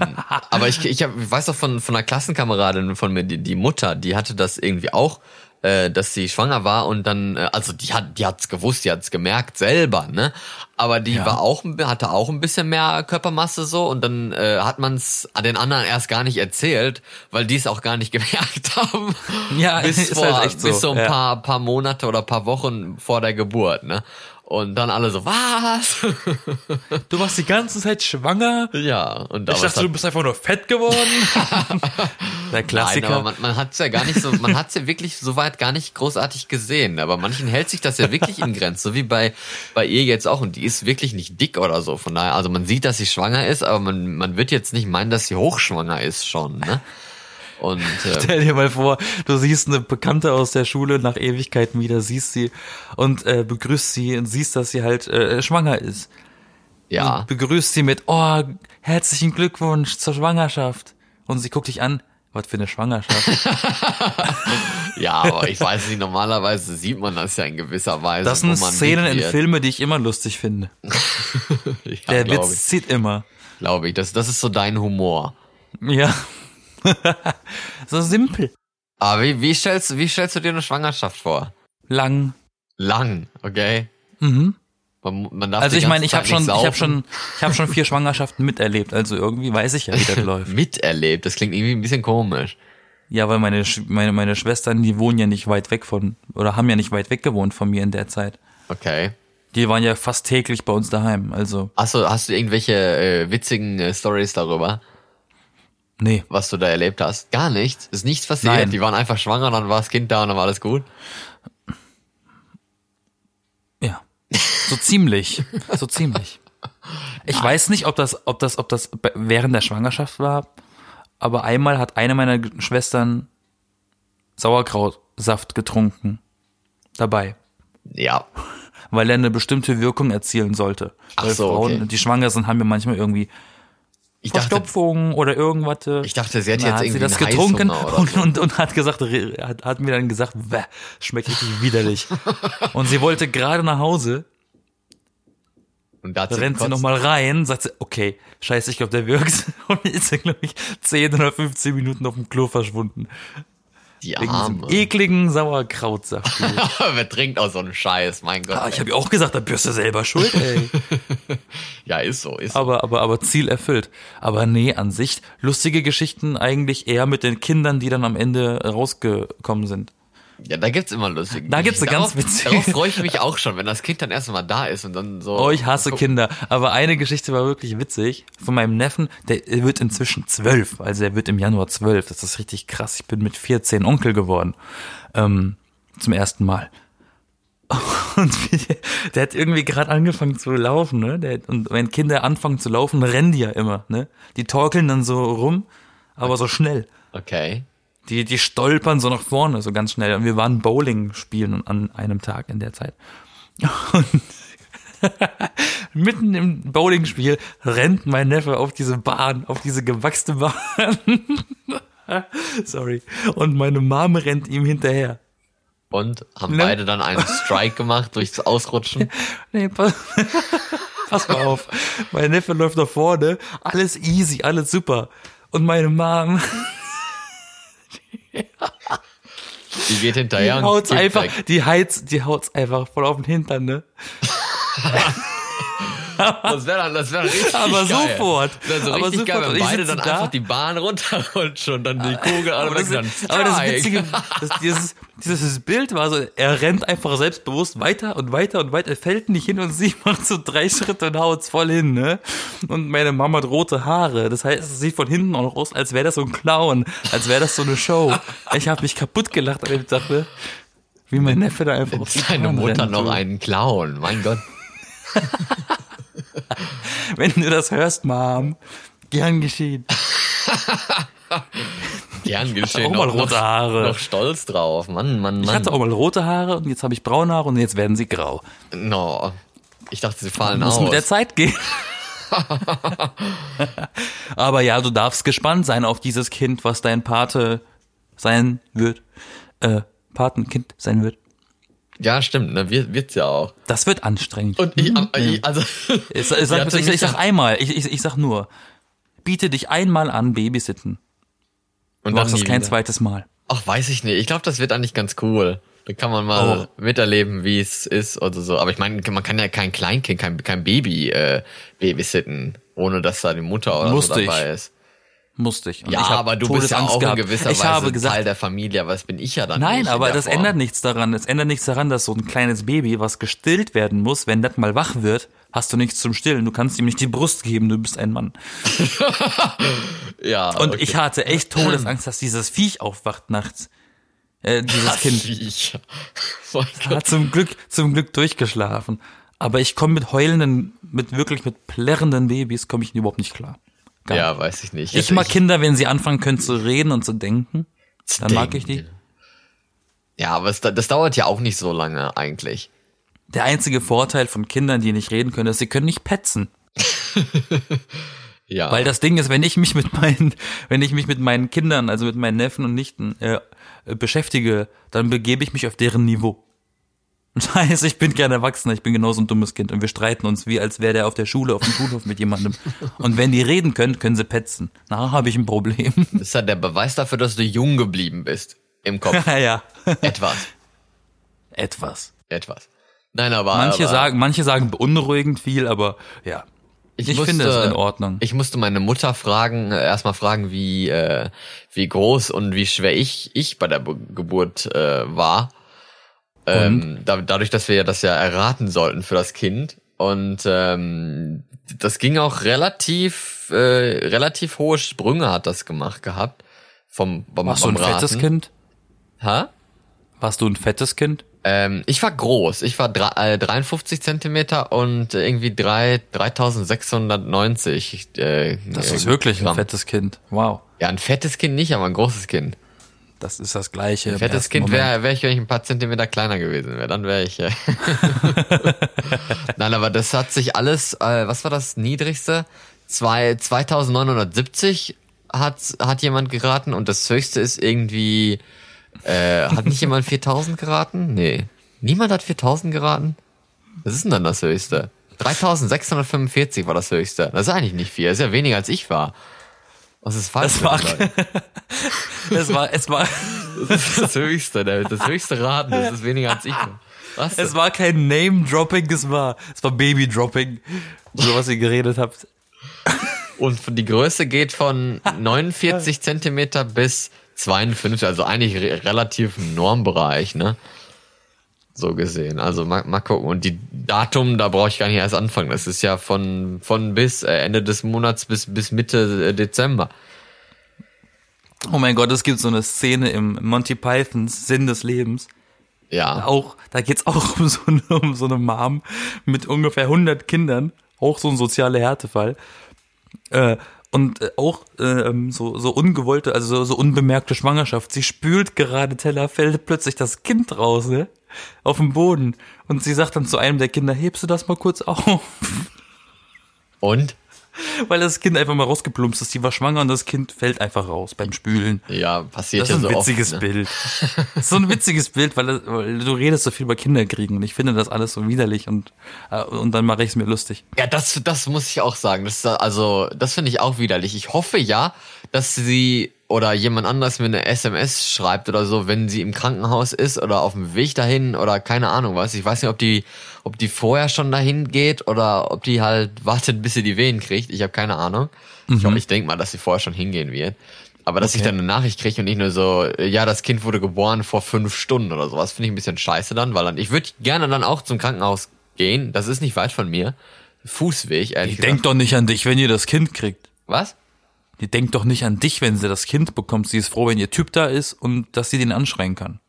S2: aber ich, ich, hab, ich weiß doch von, von einer Klassenkameradin von mir, die, die Mutter, die hatte das irgendwie auch, äh, dass sie schwanger war und dann, äh, also die hat die hat's gewusst, die hat's gemerkt selber, ne? Aber die war auch, ein- hatte auch ein bisschen mehr Körpermasse so und dann äh, hat man's den anderen erst gar nicht erzählt, weil die es auch gar nicht gemerkt haben.
S1: Ja,
S2: bis
S1: ist
S2: vor,
S1: halt echt so,
S2: Bis so ein
S1: ja.
S2: paar, paar Monate oder paar Wochen vor der Geburt, ne? Und dann alle so, was?
S1: Du warst die ganze Zeit schwanger.
S2: ja, und
S1: Ich
S2: damals
S1: dachte,
S2: hat-
S1: du bist einfach nur fett geworden. Der Klassiker.
S2: Nein, aber man, man hat's ja gar nicht so, man hat's ja wirklich soweit gar nicht großartig gesehen. Aber manchen hält sich das ja wirklich in Grenzen, so wie bei, bei ihr jetzt auch. Und die ist wirklich nicht dick oder so. Von daher, also man sieht, dass sie schwanger ist, aber man, man wird jetzt nicht meinen, dass sie hochschwanger ist schon, ne? Und äh,
S1: Stell dir mal vor, du siehst eine Bekannte aus der Schule nach Ewigkeiten wieder, siehst sie und äh, begrüßt sie und siehst, dass sie halt äh, schwanger ist.
S2: ja.
S1: Und begrüßt sie mit, oh, herzlichen Glückwunsch zur Schwangerschaft. Und sie guckt dich an, was für eine Schwangerschaft.
S2: Ja, aber ich weiß nicht, normalerweise sieht man das ja in gewisser Weise.
S1: Das sind
S2: wo man
S1: Szenen in
S2: wird.
S1: Filmen, die ich immer lustig finde.
S2: Ja,
S1: Der
S2: glaub
S1: Witz zieht immer.
S2: ich. Glaube ich. Das, das ist so dein Humor.
S1: Ja. so simpel.
S2: Aber wie, wie stellst, wie stellst du dir eine Schwangerschaft vor?
S1: Lang.
S2: Lang, okay?
S1: Mhm.
S2: Man, man darf
S1: Also
S2: die
S1: ich meine,
S2: ganze
S1: ich habe
S2: Zeit
S1: schon,
S2: nicht
S1: ich habe schon,
S2: saufen.
S1: ich habe schon vier Schwangerschaften miterlebt. Also irgendwie weiß ich ja, wie das läuft.
S2: miterlebt. Das klingt irgendwie ein bisschen komisch.
S1: Ja, weil meine, Sch- meine, meine Schwestern, die wohnen ja nicht weit weg von, oder haben ja nicht weit weg gewohnt von mir in der Zeit.
S2: Okay.
S1: Die waren ja fast täglich bei uns daheim. Also,
S2: Achso, hast du irgendwelche äh, witzigen äh, Stories darüber,
S1: nee.
S2: was du da erlebt hast? Gar nichts. Ist nichts passiert.
S1: Nein.
S2: Die waren einfach schwanger, dann war das Kind da und dann war alles gut.
S1: Ja. So ziemlich. So ziemlich. Ich weiß nicht, ob das, ob das, ob das be- während der Schwangerschaft war aber einmal hat eine meiner G- Schwestern Sauerkrautsaft getrunken. Dabei.
S2: Ja.
S1: Weil er eine bestimmte Wirkung erzielen sollte.
S2: Ach
S1: weil
S2: so,
S1: Frauen,
S2: okay.
S1: die schwanger sind, haben ja manchmal irgendwie
S2: Ich dachte,
S1: Verstopfungen oder irgendwas.
S2: ich dachte, sie hätte
S1: Na,
S2: jetzt
S1: hat sie
S2: irgendwie
S1: das
S2: einen
S1: getrunken
S2: Heißhunger oder
S1: und,
S2: so.
S1: und, und hat gesagt, re- hat, hat mir dann gesagt, "Bäh, schmeckt richtig widerlich. und sie wollte gerade nach Hause,
S2: Und da hat
S1: da rennt sie
S2: gekotzt.
S1: nochmal rein, sagt sie, okay, scheiße, ich glaube, der wirkt. Und ist dann, glaube ich, 10 oder 15 Minuten auf dem Klo verschwunden.
S2: die
S1: Wegen
S2: Arme.
S1: diesem ekligen Sauerkrautsaft.
S2: Wer trinkt auch so einen Scheiß, mein Gott.
S1: ah, ich habe ja auch gesagt, da bist du selber schuld, ey.
S2: ja, ist so, ist so.
S1: aber, aber, aber Ziel erfüllt. Aber nee, an sich lustige Geschichten eigentlich eher mit den Kindern, die dann am Ende rausgekommen sind.
S2: Ja, da gibt's immer lustige
S1: Da gibt's
S2: Geschichten.
S1: eine ganz
S2: Darauf-
S1: witzige.
S2: Darauf freue ich mich auch schon, wenn das Kind dann erstmal da ist und dann so.
S1: Oh, ich hasse Kinder. Aber eine Geschichte war wirklich witzig. Von meinem Neffen, der wird inzwischen zwölf. Also er wird im Januar zwölf. Das ist richtig krass. Ich bin mit 14 Onkel geworden. Ähm, zum ersten Mal. Und wie- der hat irgendwie gerade angefangen zu laufen, ne? Der, und wenn Kinder anfangen zu laufen, rennen die ja immer, ne? Die torkeln dann so rum, aber so schnell.
S2: Okay.
S1: Die, die stolpern so nach vorne, so ganz schnell. Und wir waren Bowling spielen an einem Tag in der Zeit. Und mitten im Bowlingspiel rennt mein Neffe auf diese Bahn, auf diese gewachsene Bahn. Sorry. Und meine Mom rennt ihm hinterher.
S2: Und haben
S1: Ne?
S2: beide dann einen Strike gemacht durchs Ausrutschen.
S1: Nee, pass, pass mal auf. Mein Neffe läuft nach vorne. Alles easy, alles super. Und meine Mom
S2: Die geht hinterher
S1: Die
S2: und
S1: haut's
S2: geht
S1: einfach,
S2: weg.
S1: die heiz, die haut's einfach voll auf den Hintern, ne?
S2: Das wäre dann, das wär dann richtig
S1: Aber
S2: geil.
S1: sofort.
S2: Das wär so
S1: Aber
S2: richtig
S1: sofort.
S2: geil,
S1: Und
S2: wenn
S1: ich
S2: beide
S1: sitze
S2: dann
S1: da.
S2: einfach die Bahn runterrutschen und dann die Kugel alle
S1: aber, das,
S2: weg. dann
S1: aber das
S2: Strike.
S1: Witzige, das, dieses, dieses Bild war so, er rennt einfach selbstbewusst weiter und weiter und weiter, er fällt nicht hin und sie macht so drei Schritte und haut's voll hin, ne? Und meine Mama hat rote Haare, das heißt, es sieht von hinten auch noch aus, als wäre das so ein Clown, als wäre das so eine Show. Ich habe mich kaputt gelacht an dem Tag, ne? Wie mein Neffe da einfach auf die
S2: Seine
S1: Bahn
S2: Mutter
S1: rennt,
S2: noch
S1: du.
S2: einen Clown, mein Gott.
S1: Wenn du das hörst, Mom, gern geschehen.
S2: Gern geschehen.
S1: auch mal
S2: noch-
S1: rote
S2: noch,
S1: Haare.
S2: Noch stolz drauf. Mann, Mann, Mann.
S1: Ich hatte auch mal rote Haare und jetzt habe ich braune Haare und jetzt werden sie grau.
S2: No. Ich dachte, sie fallen
S1: Muss mit der
S2: aus.
S1: Zeit gehen. Aber ja, du darfst gespannt sein auf dieses Kind, was dein Pate sein wird. Äh, Patenkind sein wird.
S2: Ja, stimmt. Ne? Wird, wird's ja auch.
S1: Das wird anstrengend.
S2: Und ich, am- ich also.
S1: ich, ich,
S2: sie
S1: sag,
S2: hatte
S1: ich,
S2: mich
S1: ich sag
S2: ja-
S1: einmal, ich, ich, ich sag nur, biete dich einmal an, Babysitten.
S2: und
S1: Du
S2: dann
S1: machst das
S2: nie
S1: kein
S2: wieder.
S1: zweites Mal.
S2: ne? Ach, weiß ich nicht. Ich glaube, das wird eigentlich ganz cool. Da kann man mal
S1: Oh.
S2: miterleben, wie es ist oder so. Aber ich meine, man kann ja kein Kleinkind, kein, kein Baby äh, babysitten, ohne dass da die Mutter oder
S1: Musste
S2: so
S1: ich.
S2: dabei ist.
S1: Musste ich. Und
S2: Ja,
S1: ich hab
S2: aber du bist ja
S1: Todesangst
S2: auch
S1: gehabt.
S2: in gewisser
S1: ich
S2: Weise
S1: habe gesagt,
S2: Teil der Familie, aber das bin ich ja dann nicht.
S1: Nein,
S2: in
S1: aber
S2: der
S1: das
S2: Form.
S1: ändert nichts daran. Es ändert nichts daran, dass so ein kleines Baby, was gestillt werden muss, wenn das mal wach wird, hast du nichts zum Stillen. Du kannst ihm nicht die Brust geben, du bist ein Mann.
S2: Ja,
S1: Und
S2: okay.
S1: ich hatte echt Todesangst, dass dieses Viech aufwacht nachts. Äh, dieses
S2: das
S1: Kind.
S2: Viech. Oh Mein Gott.
S1: Hat zum Glück, zum Glück durchgeschlafen. Aber ich komme mit heulenden, mit wirklich mit plärrenden Babys, komme ich überhaupt nicht klar. Gar nicht.
S2: Ja, weiß ich nicht.
S1: Ich mag Kinder, wenn sie anfangen können zu reden und zu denken. Dann mag ich die.
S2: Ja, aber es, da- das dauert ja auch nicht so lange eigentlich.
S1: Der einzige Vorteil von Kindern, die nicht reden können, ist, sie können nicht petzen.
S2: Ja.
S1: Weil das Ding ist, wenn ich mich mit meinen, wenn ich mich mit meinen Kindern, also mit meinen Neffen und Nichten äh, äh, beschäftige, dann begebe ich mich auf deren Niveau. Das heißt, ich bin kein Erwachsener, ich bin genauso ein dummes Kind und wir streiten uns wie als wäre der auf der Schule, auf dem Schulhof mit jemandem. Und wenn die reden können, können sie petzen. Na, habe ich ein Problem.
S2: Das ist ja der Beweis dafür, dass du jung geblieben bist. Im Kopf.
S1: Naja,
S2: Etwas.
S1: etwas.
S2: Etwas. Nein, aber.
S1: Manche
S2: aber,
S1: sagen, manche sagen beunruhigend viel, aber ja. Ich, finde es in Ordnung.
S2: äh, Ich musste meine Mutter fragen, äh, erstmal fragen, wie, äh, wie groß und wie schwer ich, ich bei der Be Geburt äh, war. Ähm, da, dadurch, dass wir ja das ja erraten sollten für das Kind. Und ähm, das ging auch relativ, äh, relativ hohe Sprünge hat das gemacht gehabt. Vom, vom,
S1: Warst du
S2: vom
S1: ein fettes
S2: Raten.
S1: Kind?
S2: Ha?
S1: Warst du ein fettes Kind?
S2: Ähm, ich war groß. Ich war drei, äh, 53 Zentimeter und irgendwie drei 3690. Äh,
S1: Das
S2: äh,
S1: ist wirklich ein
S2: Gramm.
S1: fettes Kind. Wow.
S2: Ja, ein fettes Kind nicht, aber ein großes Kind.
S1: Das ist das gleiche. im
S2: Fettes
S1: ersten
S2: Kind
S1: Moment.
S2: wäre wär ich, wenn ich ein paar Zentimeter kleiner gewesen wäre. Dann wäre ich. Äh Nein, aber das hat sich alles. Äh, was war das niedrigste? Zwei, 2970 hat, hat jemand geraten und das höchste ist irgendwie. Äh, hat nicht jemand 4000 geraten? Nee. Niemand hat 4000 geraten? Was ist denn dann das höchste? 3645 war das höchste. Das ist eigentlich nicht viel. Das ist ja weniger als ich war. Was ist
S1: Das
S2: falsch? mit
S1: war-
S2: den Leuten?
S1: Es war, es war,
S2: Das ist das höchste, der- das höchste Raten, das ist weniger als ich. Was?
S1: es war kein Name-Dropping, es war, es war Baby-Dropping. So was ihr geredet habt.
S2: Und die Größe geht von 49 Zentimeter bis 52, also eigentlich re relativ im Normbereich, ne? So gesehen. Also mal, mal gucken. Und die Datum, da brauche ich gar nicht erst anfangen. Das ist ja von, von bis äh, Ende des Monats bis, bis Mitte äh, Dezember.
S1: Oh mein Gott, es gibt so eine Szene im Monty Pythons Sinn des Lebens.
S2: Ja.
S1: Auch, da geht's auch um so, eine, um so eine Mom mit ungefähr 100 Kindern. Auch so ein sozialer Härtefall. Äh, und äh, auch äh, ähm, so, so ungewollte, also so, so unbemerkte Schwangerschaft. Sie spült gerade Teller, fällt plötzlich das Kind raus, ne? Auf den Boden. Und sie sagt dann zu einem der Kinder, hebst du das mal kurz auf?
S2: Und?
S1: Weil das Kind einfach mal rausgeplumpst ist. Die war schwanger und das Kind fällt einfach raus beim Spülen.
S2: Ja, passiert
S1: Das
S2: ja
S1: ist
S2: so
S1: ein witziges
S2: oft. ne?
S1: Bild. Das ist so ein witziges Bild, weil, das- weil du redest so viel über Kinderkriegen und ich finde das alles so widerlich und, äh, und dann mache ich es mir lustig.
S2: Ja, das, das muss ich auch sagen. Das, ist, also, das finde ich auch widerlich. Ich hoffe ja, dass sie oder jemand anders mir eine SMS schreibt oder so, wenn sie im Krankenhaus ist oder auf dem Weg dahin oder keine Ahnung was. Ich weiß nicht, ob die, ob die vorher schon dahin geht oder ob die halt wartet, bis sie die Wehen kriegt. Ich habe keine Ahnung. Ich, hoffe, ich denke mal, dass sie vorher schon hingehen wird. Aber dass ich dann eine Nachricht kriege und nicht nur so, äh, ja, das Kind wurde geboren vor fünf Stunden oder sowas, finde ich ein bisschen scheiße dann, weil dann, ich würde gerne dann auch zum Krankenhaus gehen. Das ist nicht weit von mir. Fußweg, ehrlich
S1: Die
S2: gesagt.
S1: denkt doch nicht an dich, wenn ihr das Kind kriegt.
S2: Was?
S1: Die denkt doch nicht an dich, wenn sie das Kind bekommt. Sie ist froh, wenn ihr Typ da ist und dass sie den anschreien kann.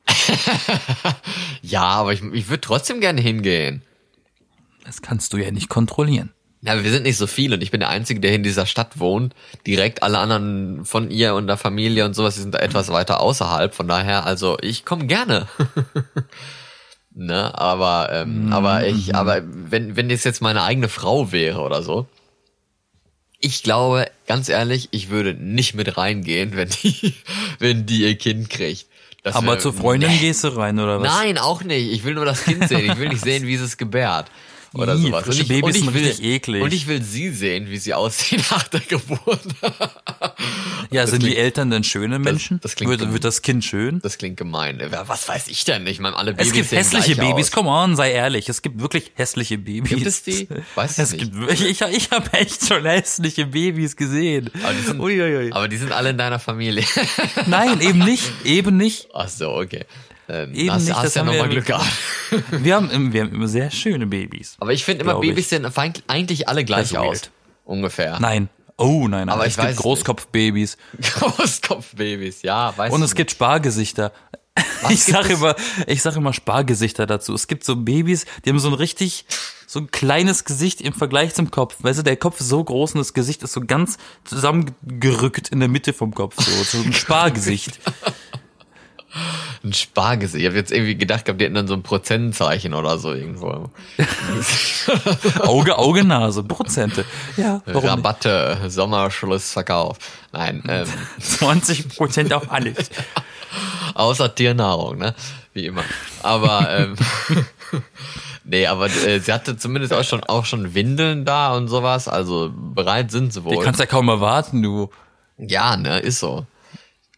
S2: Ja, aber ich, ich würde trotzdem gerne hingehen.
S1: Das kannst du ja nicht kontrollieren.
S2: Ja, wir sind nicht so viele und ich bin der Einzige, der in dieser Stadt wohnt. Direkt alle anderen von ihr und der Familie und sowas, die sind da etwas weiter außerhalb. Von daher, also ich komme gerne. ne, aber,
S1: Mhm.
S2: ähm, aber ich, aber wenn, wenn das jetzt meine eigene Frau wäre oder so, ich glaube, ganz ehrlich, ich würde nicht mit reingehen, wenn die, wenn die ihr Kind kriegt. Das
S1: Aber
S2: wär-
S1: zur Freundin gehst du rein oder was?
S2: Nein, auch nicht. Ich will nur das Kind sehen. Ich will nicht sehen, wie es es gebärt. Oder
S1: Ih,
S2: sowas.
S1: frische
S2: ich,
S1: Babys
S2: ich
S1: sind richtig eklig.
S2: Und ich will sie sehen, wie sie aussehen nach der Geburt.
S1: ja, sind die
S2: klingt-
S1: Eltern denn schöne Menschen?
S2: das klingt
S1: wird,
S2: dumm.
S1: wird das Kind schön?
S2: Das klingt gemein. Wer- Was weiß ich denn? Ich meine, alle Babys
S1: Es gibt
S2: sehen
S1: hässliche
S2: gleich
S1: Babys,
S2: Aus.
S1: come on, sei ehrlich. Es gibt wirklich hässliche Babys.
S2: Gibt es die? Weiß ich
S1: es
S2: nicht.
S1: Gibt, wirklich- ich ich habe echt schon hässliche Babys gesehen.
S2: Aber die, sind,
S1: Uiuiui.
S2: aber die sind alle in deiner Familie.
S1: Nein, eben nicht. Eben nicht.
S2: Ach so, okay. Ähm,
S1: Eben
S2: hast
S1: nicht,
S2: hast
S1: das
S2: ja
S1: haben wir
S2: nochmal
S1: ja
S2: Glück gehabt.
S1: Wir haben, im- wir haben immer sehr schöne Babys.
S2: Aber ich finde immer,
S1: Glaub ich.
S2: Babys sehen fein- eigentlich alle gleich
S1: Das ist
S2: aus.
S1: weird.
S2: Ungefähr.
S1: Nein. Oh nein, nein.
S2: Aber
S1: es
S2: ich weiß
S1: gibt
S2: es
S1: Großkopfbabys
S2: Großkopfbabys, ja, weißt
S1: und
S2: du.
S1: es gibt Spargesichter. ich
S2: gibt
S1: sage
S2: es?
S1: immer, ich sage immer Spargesichter dazu. Es gibt so Babys, die haben so ein richtig so ein kleines Gesicht im Vergleich zum Kopf. Weißt du, der Kopf ist so groß und das Gesicht ist so ganz zusammengerückt in der Mitte vom Kopf, so, so ein Spargesicht.
S2: Ein Spargesicht. Ich habe jetzt irgendwie gedacht, gehabt, die hätten dann so ein Prozentzeichen oder so irgendwo.
S1: Auge, Auge, Nase, Prozente. Ja, warum nicht?
S2: Rabatte, Sommerschluss, Verkauf. Nein, ähm,
S1: 20 Prozent auf alles.
S2: außer Tiernahrung, ne? Wie immer. Aber ähm, nee, aber äh, sie hatte zumindest auch schon auch schon Windeln da und sowas. Also bereit sind sie
S1: Du
S2: wohl.
S1: kannst ja kaum erwarten, du.
S2: Ja, ne, ist so.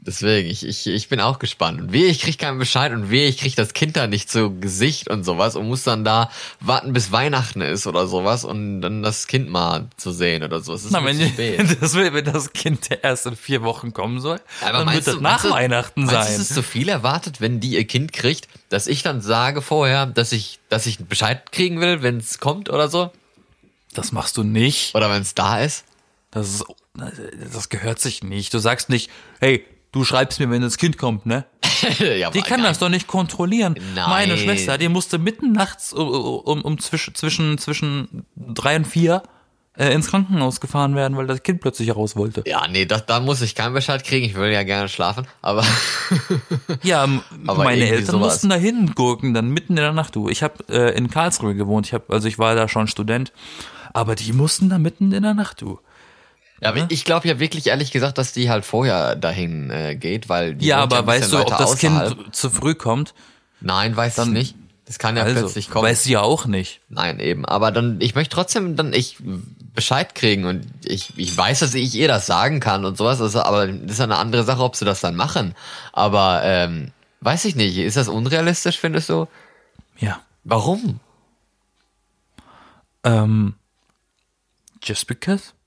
S2: Deswegen, ich, ich, ich bin auch gespannt. Und wehe, ich krieg keinen Bescheid und wehe, ich krieg das Kind da nicht zu Gesicht und sowas und muss dann da warten, bis Weihnachten ist oder sowas und dann das Kind mal zu sehen oder so. Es ist
S1: Na,
S2: mir
S1: wenn,
S2: zu spät.
S1: das, will- wenn das Kind erst in vier Wochen kommen soll,
S2: Aber
S1: dann wird
S2: meinst
S1: das
S2: du-
S1: nach
S2: meinst du-
S1: Weihnachten
S2: meinst du,
S1: sein. ne?
S2: Es ist so viel erwartet, wenn die ihr Kind kriegt, dass ich dann sage vorher, dass ich, dass ich Bescheid kriegen will, wenn es kommt oder so.
S1: Das machst du nicht.
S2: Oder wenn es da ist.
S1: Das, ist, das gehört sich nicht. Du sagst nicht, hey, du schreibst mir, wenn das Kind kommt, ne?
S2: ja,
S1: Die
S2: war
S1: kann
S2: geil.
S1: das doch nicht kontrollieren.
S2: Nein.
S1: Meine Schwester, die musste mitten nachts um, um, um zwischen, zwischen, zwischen drei und vier äh, ins Krankenhaus gefahren werden, weil das Kind plötzlich raus wollte.
S2: Ja, nee, das, da muss ich keinen Bescheid kriegen. Ich will ja gerne schlafen. Aber
S1: Ja, m-
S2: Aber
S1: meine
S2: irgendwie
S1: Eltern
S2: sowas.
S1: mussten da hingurken, dann mitten in der Nacht, du. Ich habe äh, in Karlsruhe gewohnt, ich hab, also ich war da schon Student, aber die mussten da mitten in der Nacht, du.
S2: ja,
S1: Mhm.
S2: aber ich glaube ja wirklich ehrlich gesagt, dass die halt vorher dahin äh, geht, weil die
S1: Ja,
S2: wohnt
S1: aber
S2: ein
S1: weißt
S2: bisschen
S1: du, ob
S2: weiter
S1: das
S2: außerhalb.
S1: Kind zu früh kommt?
S2: Nein, weiß ich nicht. Das kann ja
S1: Also,
S2: plötzlich kommen.
S1: weißt du ja auch nicht.
S2: Nein, eben. Aber dann, ich möchte trotzdem dann ich Bescheid kriegen und ich, ich weiß, dass ich ihr das sagen kann und sowas. Also, aber das ist ja eine andere Sache, ob sie das dann machen. Aber ähm, weiß ich nicht. Ist das unrealistisch, findest du?
S1: Ja.
S2: Warum?
S1: Ähm, just because?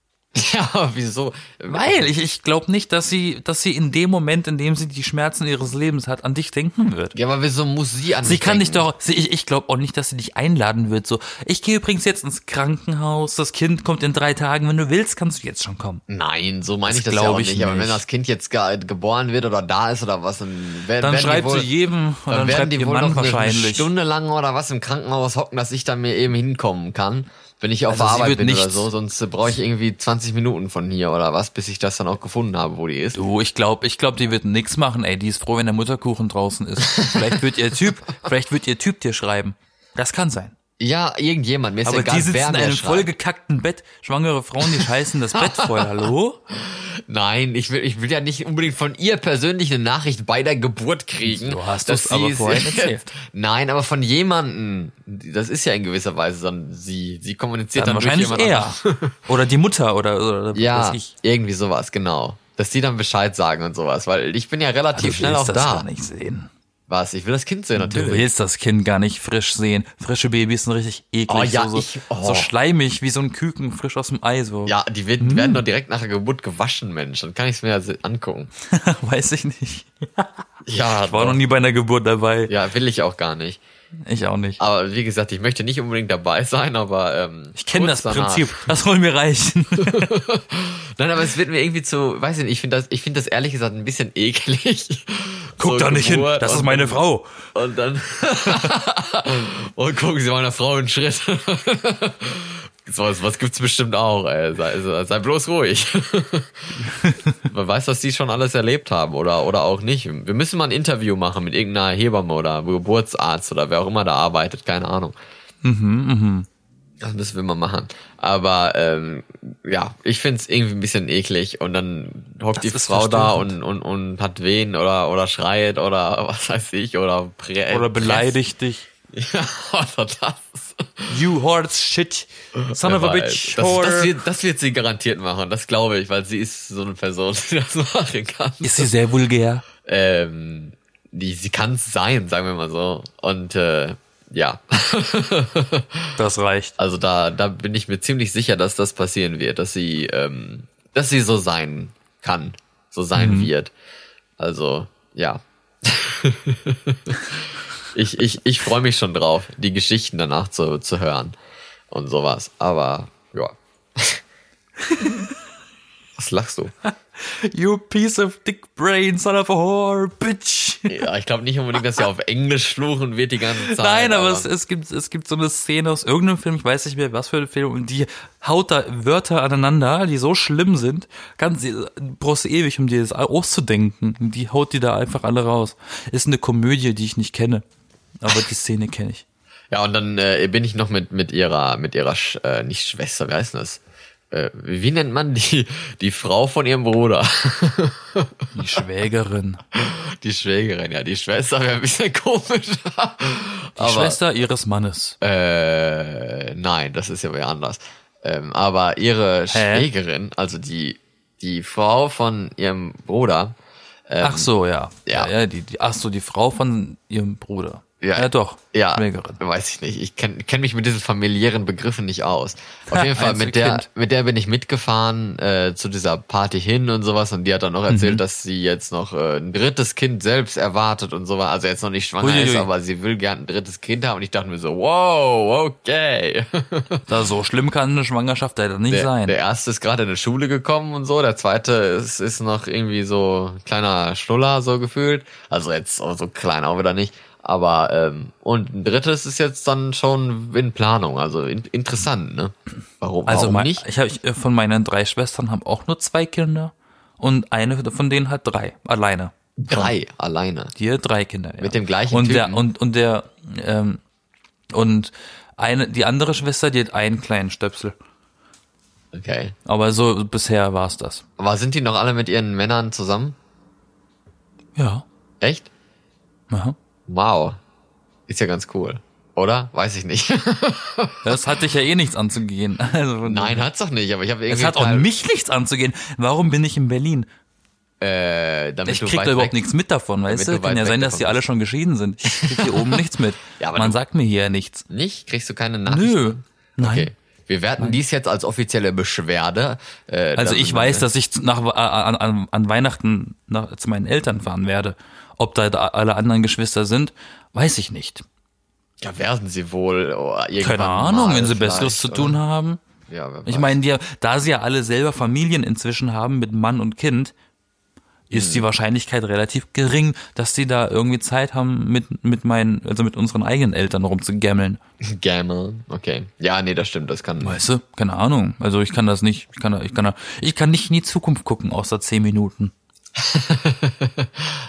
S2: Ja, aber wieso?
S1: Weil ich, ich glaube nicht, dass sie, dass sie in dem Moment, in dem sie die Schmerzen ihres Lebens hat, an dich denken wird.
S2: Ja, aber wieso muss sie an
S1: Sie
S2: mich
S1: kann dich
S2: denken?
S1: doch, sie, ich, ich glaube auch nicht, dass sie dich einladen wird. So, ich gehe übrigens jetzt ins Krankenhaus, das Kind kommt in drei Tagen, wenn du willst, kannst du jetzt schon kommen.
S2: Nein, so meine
S1: Das
S2: ich das ja
S1: glaub
S2: auch
S1: ich
S2: nicht. Aber
S1: nicht.
S2: wenn das Kind jetzt ge geboren wird oder da ist oder was, dann wer-
S1: Dann
S2: werden
S1: schreibt
S2: die wohl,
S1: sie jedem und dann,
S2: dann werden
S1: schreibt
S2: die
S1: ihr
S2: wohl
S1: Mann
S2: noch eine
S1: wahrscheinlich.
S2: Stunde lang oder was im Krankenhaus hocken, dass ich dann mir eben hinkommen kann, wenn ich auf
S1: Also
S2: der
S1: sie
S2: Arbeit
S1: wird
S2: bin oder
S1: nichts-
S2: so. Sonst äh, brauche ich irgendwie 20 Minuten von hier oder was, bis ich das dann auch gefunden habe, wo die ist.
S1: Du, ich glaube, ich glaube, die wird nix machen, ey. Die ist froh, wenn der Mutterkuchen draußen ist. Vielleicht wird ihr Typ, vielleicht wird ihr Typ dir schreiben. Das kann sein.
S2: Ja, irgendjemand. Mir ist
S1: Aber
S2: egal,
S1: die sitzen
S2: wer
S1: in
S2: mir
S1: einem
S2: schreibt.
S1: vollgekackten Bett. Schwangere Frauen, die scheißen das Bett voll. Hallo?
S2: Nein, ich will, ich will ja nicht unbedingt von ihr persönlich eine Nachricht bei der Geburt kriegen.
S1: Du hast
S2: dass
S1: es aber
S2: sie es
S1: vorhin
S2: jetzt-
S1: erzählt.
S2: Nein, aber von jemandem. Das ist ja in gewisser Weise dann sie. Sie kommuniziert
S1: Dann,
S2: dann,
S1: wahrscheinlich
S2: durch jemand
S1: er. Oder die Mutter oder, oder
S2: Ja,
S1: weiß ich.
S2: irgendwie sowas, genau. Dass die dann Bescheid sagen und sowas, weil ich bin ja relativ schnell auch
S1: Also, das
S2: da.
S1: gar nicht sehen.
S2: Was? Ich will das Kind sehen
S1: Du
S2: natürlich.
S1: willst das Kind gar nicht frisch sehen. Frische Babys sind richtig eklig.
S2: Oh ja,
S1: so, so,
S2: ich- oh.
S1: so schleimig wie so ein Küken frisch aus dem Ei. So.
S2: Ja, die wird,
S1: Hm.
S2: werden doch direkt nach der Geburt gewaschen, Mensch. Dann kann ich es mir ja se- angucken.
S1: weiß ich nicht.
S2: Ja,
S1: War noch
S2: doch.
S1: nie bei einer Geburt dabei.
S2: ja, Ah, will ich auch gar nicht.
S1: Ich auch nicht.
S2: Aber wie gesagt, ich möchte nicht unbedingt dabei sein, aber ähm,
S1: Ich kenne das
S2: kurz danach.
S1: Prinzip. Das soll mir reichen.
S2: Nein, aber es wird mir irgendwie zu, weiß ich nicht, ich finde das, ich finde das ehrlich gesagt ein bisschen eklig.
S1: Guck da nicht hin. Das ist meine Frau.
S2: Und dann. und gucken Sie meiner Frau einen Schritt. so was, was gibt's bestimmt auch, ey. Sei, also, sei, sei bloß ruhig. Man weiß, was die schon alles erlebt haben oder, oder auch nicht. Wir müssen mal ein Interview machen mit irgendeiner Hebamme oder Geburtsarzt oder wer auch immer da arbeitet, keine Ahnung. Das müssen wir mal machen. Aber ähm, ja, ich find's irgendwie ein bisschen eklig und dann hockt
S1: Das
S2: die
S1: ist
S2: Frau da und, und, und hat Wehen oder, oder schreit oder was weiß ich oder prä
S1: Oder beleidigt dich.
S2: Ja, oder das.
S1: You horse shit. Son of a
S2: Aber, äh,
S1: bitch.
S2: Das, das,
S1: whore.
S2: wird, das wird sie garantiert machen, das glaube ich, weil sie ist so eine Person, die das machen kann.
S1: Ist sie sehr vulgär?
S2: Ähm, die, sie kann's sein, sagen wir mal so. Und äh, ja.
S1: Das reicht.
S2: Also da, da bin ich mir ziemlich sicher, dass das passieren wird, dass sie, ähm, dass sie so sein kann, so sein
S1: Mhm.
S2: wird. Also, ja. ich ich, ich freue mich schon drauf, die Geschichten danach zu, zu hören und sowas. Aber, ja. Was lachst du?
S1: You piece of dick brain, son of a whore, bitch.
S2: Ja, ich glaube nicht unbedingt, dass sie auf Englisch fluchen wird die ganze Zeit.
S1: Nein, aber es, es, gibt, es gibt so eine Szene aus irgendeinem Film, ich weiß nicht mehr, was für ein Film, und die haut da Wörter aneinander, die so schlimm sind, ganz, du brauchst ewig, um dir das auszudenken. Und Die haut die da einfach alle raus. Ist eine Komödie, die ich nicht kenne. Aber die Szene kenne ich.
S2: Ja, und dann äh, bin ich noch mit, mit ihrer, mit ihrer, Sch äh, nicht Schwester, wie heißt denn das? Äh, wie nennt man die, die Frau von ihrem Bruder?
S1: Die Schwägerin.
S2: Die Schwägerin, ja, die Schwester wäre ein bisschen komisch.
S1: Die Schwester ihres Mannes.
S2: Äh, nein, das ist ja wieder anders. Ähm, aber ihre Schwägerin, also die, die Frau von ihrem Bruder,
S1: Ach so, Ähm, ja.
S2: Ja.
S1: ja die, die, ach so, die Frau von ihrem Bruder.
S2: Ja.
S1: Ja, Äh, doch.
S2: Ja,
S1: Schwägerin.
S2: weiß ich nicht. Ich kenne kenn mich mit diesen familiären Begriffen nicht aus. Auf jeden Fall, mit der,
S1: Einzelkind.
S2: mit der bin ich mitgefahren äh, zu dieser Party hin und sowas. Und die hat dann auch
S1: Mhm.
S2: erzählt, dass sie jetzt noch äh, ein drittes Kind selbst erwartet und sowas. Also jetzt noch nicht schwanger
S1: Uiuiui.
S2: ist, aber sie will gern ein drittes Kind haben. Und ich dachte mir so, wow, okay.
S1: Da so schlimm kann eine Schwangerschaft leider nicht
S2: Der,
S1: sein.
S2: der erste ist gerade in die Schule gekommen und so, der zweite ist, ist noch irgendwie so ein kleiner Schnuller, so gefühlt. Also jetzt so so klein auch wieder nicht. Aber ähm, und ein drittes ist jetzt dann schon in Planung, also in, interessant, ne? Warum,
S1: also
S2: warum
S1: mein,
S2: nicht?
S1: ich habe ich, äh, von meinen drei Schwestern haben auch nur zwei Kinder und eine von denen hat drei alleine.
S2: Drei alleine.
S1: Hier drei Kinder. Ja.
S2: Mit dem gleichen
S1: und
S2: Typen?
S1: Der, und und der ähm, und eine die andere Schwester die hat einen kleinen Stöpsel.
S2: Okay.
S1: Aber so bisher war es das.
S2: Aber sind die noch alle mit ihren Männern zusammen?
S1: Ja.
S2: Echt?
S1: Aha.
S2: Wow. Ist ja ganz cool. Oder? Weiß ich nicht.
S1: Das hatte ich ja eh nichts anzugehen. Also, von-
S2: Nein, hat's doch nicht, aber ich habe irgendwie.
S1: Es hat auch
S2: total-
S1: mich nichts anzugehen. Warum bin ich in Berlin?
S2: äh, damit
S1: Ich
S2: du
S1: krieg
S2: weit
S1: da überhaupt
S2: weg
S1: nichts mit davon, weißt
S2: du
S1: du? Kann
S2: weit
S1: ja
S2: weg
S1: sein, dass
S2: davon
S1: die alle schon geschieden sind. Ich krieg hier oben nichts mit.
S2: Ja, aber
S1: Man
S2: du-
S1: sagt mir hier ja nichts.
S2: Nicht? Kriegst du keine Nachrichten?
S1: Nö. Nein.
S2: Okay. Wir werten dies jetzt als offizielle Beschwerde. Äh,
S1: Also
S2: dass-
S1: ich weiß, dass ich nach, äh, an, an, an Weihnachten nach, zu meinen Eltern fahren werde. Ob da da alle anderen Geschwister sind, weiß ich nicht.
S2: Ja, werden sie wohl. Oh, irgendwann
S1: Keine Ahnung,
S2: mal
S1: wenn sie Besseres
S2: vielleicht,
S1: zu tun
S2: oder?
S1: haben.
S2: Ja, wer
S1: Ich
S2: weiß.
S1: meine, die, da sie ja alle selber Familien inzwischen haben mit Mann und Kind, ist die Wahrscheinlichkeit relativ gering, dass sie da irgendwie Zeit haben, mit, mit meinen, also mit unseren eigenen Eltern rumzugammeln.
S2: Gamble. Okay. Ja, nee, das stimmt, das kann.
S1: Weißt du? Keine Ahnung. Also ich kann das nicht. Ich kann, da- ich kann, da- ich kann nicht in die Zukunft gucken, außer zehn Minuten.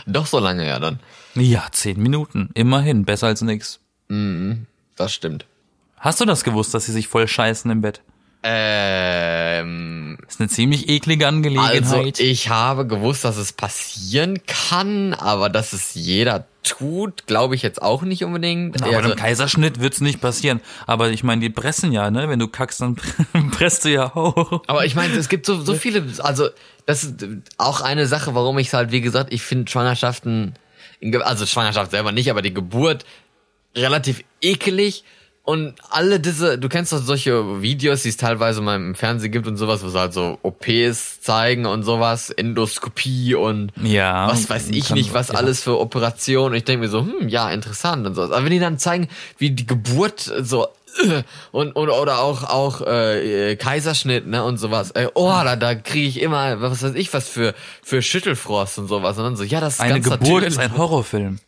S2: Doch so lange ja dann.
S1: Ja, zehn Minuten. Immerhin. Besser als nix.
S2: Das stimmt.
S1: Hast du das gewusst, dass sie sich voll scheißen im Bett?
S2: Ähm,
S1: ist eine ziemlich eklige
S2: also
S1: Angelegenheit.
S2: ich habe gewusst, dass es passieren kann, aber dass es jeder tut, glaube ich jetzt auch nicht unbedingt.
S1: aber
S2: Also-
S1: im Kaiserschnitt wird's nicht passieren. Aber ich meine, die pressen ja, ne? Wenn du kackst, dann presst du ja auch.
S2: Aber ich meine, es gibt so, so viele, also das ist auch eine Sache, warum ich es halt, wie gesagt, ich finde Schwangerschaften, in Ge- also Schwangerschaft selber nicht, aber die Geburt relativ ekelig und alle diese, du kennst doch solche Videos, die es teilweise mal im Fernsehen gibt und sowas, wo sie halt so OPs zeigen und sowas, Endoskopie und
S1: Ja.
S2: was weiß ich
S1: kann-
S2: nicht, was
S1: ja.
S2: alles für Operationen. Und ich denke mir so, hm, ja, interessant und sowas. Aber wenn die dann zeigen, wie die Geburt äh, so äh, und oder, oder auch auch äh, äh, Kaiserschnitt ne und sowas äh, oh da da kriege ich immer was weiß ich was für für Schüttelfrost und sowas und dann so ja das ist
S1: Eine
S2: ganz
S1: Geburt
S2: natürlich.
S1: ist ein Horrorfilm.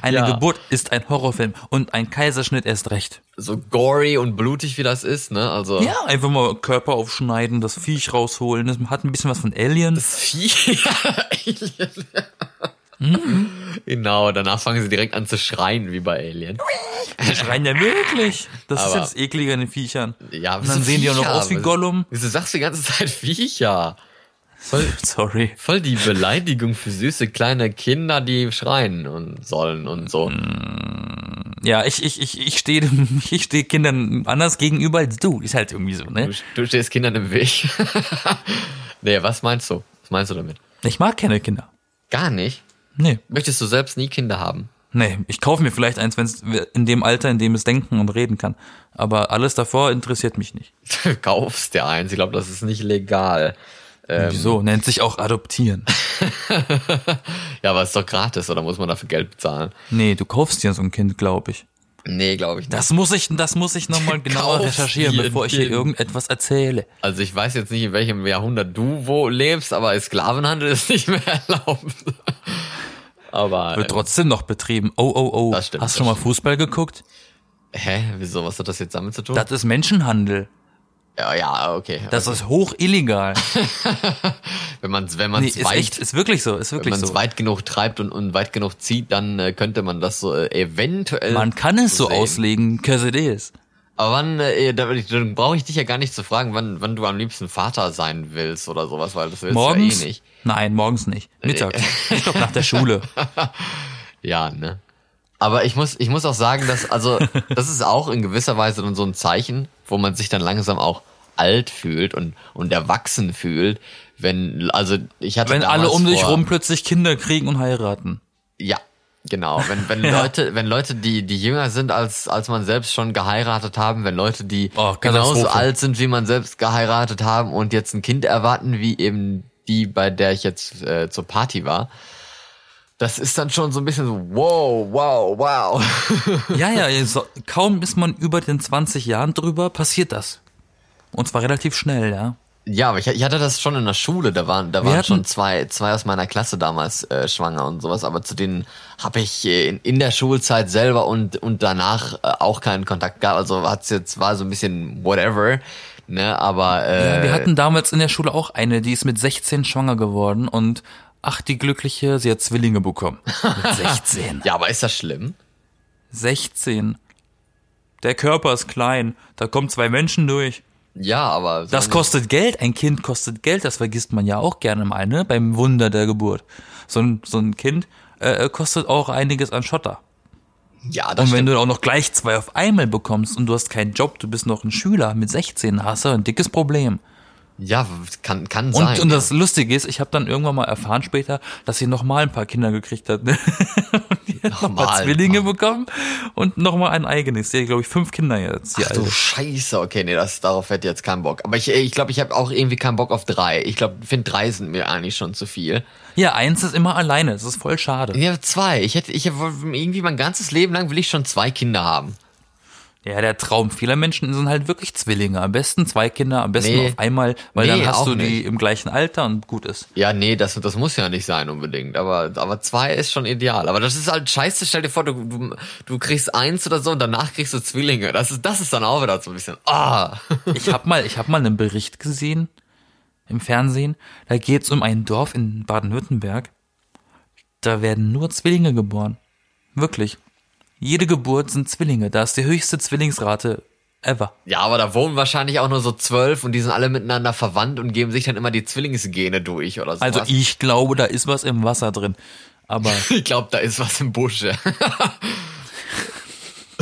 S1: Eine
S2: Ja.
S1: Geburt ist ein Horrorfilm und ein Kaiserschnitt erst recht.
S2: so gory und blutig wie das ist ne also
S1: Ja, einfach mal Körper aufschneiden, das Viech rausholen. Das hat ein bisschen was von Alien.
S2: Vieh.
S1: Mhm.
S2: genau danach fangen sie direkt an zu schreien wie bei
S1: Oh
S2: Alien
S1: Die schreien ja wirklich. Das ist
S2: Aber-
S1: ja das Eklige an den Viechern.
S2: Ja,
S1: Und
S2: wieso
S1: dann sehen die auch noch
S2: Viecher?
S1: aus wie
S2: Wieso-
S1: Gollum.
S2: Wieso sagst du die ganze Zeit Viecher? Voll,
S1: Sorry.
S2: voll die Beleidigung für süße kleine Kinder, die schreien und sollen und so.
S1: Ja, ich, ich, ich, ich stehe dem- ich steh Kindern anders gegenüber als du. Ist halt irgendwie so,
S2: Du,
S1: ne?
S2: du stehst Kindern im Weg. nee, was meinst du? Was meinst du damit?
S1: Ich mag keine Kinder.
S2: Gar nicht.
S1: Nee.
S2: Möchtest du selbst nie Kinder haben?
S1: Nee, ich kaufe mir vielleicht eins, wenn es in dem Alter, in dem es denken und reden kann. Aber alles davor interessiert mich nicht.
S2: Du kaufst dir eins. Ich glaube, das ist nicht legal. Äh, Ähm.
S1: Wieso? Nennt sich auch adoptieren.
S2: Ja, aber ist doch gratis, oder muss man dafür Geld bezahlen?
S1: Nee, du kaufst dir so ein Kind, glaube ich.
S2: Nee, glaube ich nicht.
S1: Das muss ich, das muss ich nochmal genauer
S2: Kaufst
S1: recherchieren,
S2: dir ein
S1: bevor ich hier
S2: Kind.
S1: irgendetwas erzähle.
S2: Also ich weiß jetzt nicht, in welchem Jahrhundert du wo lebst, aber Sklavenhandel ist nicht mehr erlaubt. aber
S1: Wird trotzdem noch betrieben. Oh, oh, oh.
S2: Äh, Das stimmt,
S1: Hast
S2: das
S1: schon mal
S2: stimmt.
S1: Fußball geguckt?
S2: äh, Hä? Wieso? Was hat das jetzt damit zu tun?
S1: Das ist Menschenhandel.
S2: ja, ja, okay.
S1: Das ist hoch illegal.
S2: wenn man es wenn
S1: Nee,
S2: man's
S1: ist
S2: weit,
S1: echt, ist wirklich so, ist
S2: wenn
S1: wirklich
S2: man's
S1: so.
S2: weit genug treibt und, und weit genug zieht, dann äh, könnte man das so äh, eventuell.
S1: Man kann es so
S2: sehen.
S1: auslegen, cause it is.
S2: Aber wann, äh, da- dann brauche ich dich ja gar nicht zu fragen, wann, wann du am liebsten Vater sein willst oder sowas, weil das willst
S1: Morgens?
S2: du ja eh nicht.
S1: Nein, morgens nicht. Mittags. Ich glaube nach der Schule.
S2: Ja, ne? Aber ich muss, ich muss auch sagen, dass, also, das ist auch in gewisser Weise dann so ein Zeichen, wo man sich dann langsam auch alt fühlt und, und erwachsen fühlt, wenn, also, ich hatte
S1: Wenn alle
S2: damals
S1: um dich
S2: vor-
S1: rum plötzlich Kinder kriegen und heiraten.
S2: Ja. Genau, wenn, wenn
S1: Ja.
S2: Leute, wenn Leute, die, die jünger sind, als, als man selbst schon geheiratet haben, wenn Leute, die
S1: Oh,
S2: genauso
S1: Katastrophe.
S2: alt sind, wie man selbst geheiratet haben und jetzt ein Kind erwarten, wie eben die, bei der ich jetzt äh, zur Party war, das ist dann schon so ein bisschen so, wow, wow, wow.
S1: Ja, ja, ihr so, kaum ist man über den 20 Jahren drüber, passiert das. Und zwar relativ schnell, ja.
S2: ja, aber ich, ich hatte das schon in der Schule, da waren, da
S1: Wir
S2: waren
S1: hatten-
S2: schon zwei, zwei aus meiner Klasse damals äh, schwanger und sowas, aber zu denen habe ich äh, in, in der Schulzeit selber und, und danach äh, auch keinen Kontakt gehabt, also hat's jetzt, war so ein bisschen whatever, ne, aber äh,
S1: Ja, Wir hatten damals in der Schule auch eine, die ist mit 16 schwanger geworden und ach, die glückliche, sie hat Zwillinge bekommen. Mit 16.
S2: ja, aber ist das schlimm?
S1: 16. Der Körper ist klein, da kommen zwei Menschen durch.
S2: Ja, aber so
S1: Das
S2: ein-
S1: kostet Geld, ein Kind kostet Geld, das vergisst man ja auch gerne mal, ne? Beim Wunder der Geburt. So ein, so ein Kind äh, kostet auch einiges an Schotter.
S2: ja, das
S1: Und wenn
S2: stimmt.
S1: du auch noch gleich zwei auf einmal bekommst und du hast keinen Job, du bist noch ein Schüler mit 16, hast du ein dickes Problem.
S2: ja, kann, kann
S1: Und,
S2: sein.
S1: und das Lustige ist, ich habe dann irgendwann mal erfahren später, dass sie nochmal ein paar Kinder gekriegt hat. Ne? Die hat
S2: Nochmal
S1: nochmal
S2: ein
S1: Zwillinge bekommen und nochmal ein eigenes. Die hat, glaube ich, fünf Kinder jetzt. Die
S2: Ach du
S1: alte.
S2: Scheiße, okay, nee, das, darauf hätte ich jetzt keinen Bock. Aber ich glaube, ich, glaub, ich habe auch irgendwie keinen Bock auf drei. Ich glaube, finde drei sind mir eigentlich schon zu viel.
S1: Ja, eins ist immer alleine. Das ist voll schade.
S2: Ja, zwei. Ich hätte, ich hab- irgendwie mein ganzes Leben lang will ich schon zwei Kinder haben.
S1: Ja, der Traum vieler Menschen sind halt wirklich Zwillinge. Am besten zwei Kinder, am besten
S2: Nee.
S1: auf einmal, weil
S2: Nee,
S1: dann
S2: auch
S1: hast du die
S2: nicht.
S1: im gleichen Alter und gut ist.
S2: Ja, nee, das, das muss ja nicht sein unbedingt. Aber, aber zwei ist schon ideal. Aber das ist halt scheiße. Stell dir vor, du, du, du kriegst eins oder so und danach kriegst du Zwillinge. Das ist, das ist dann auch wieder so ein bisschen, ah.
S1: Ich habe mal, ich hab mal einen Bericht gesehen im Fernsehen. Da geht's um ein Dorf in Baden-Württemberg. Da werden nur Zwillinge geboren. Wirklich. Jede Geburt sind Zwillinge. Da ist die höchste Zwillingsrate ever.
S2: Ja, aber da wohnen wahrscheinlich auch nur so zwölf und die sind alle miteinander verwandt und geben sich dann immer die Zwillingsgene durch oder so.
S1: Also ich glaube, da ist was im Wasser drin. Aber,
S2: ich glaube, da ist was im Busche.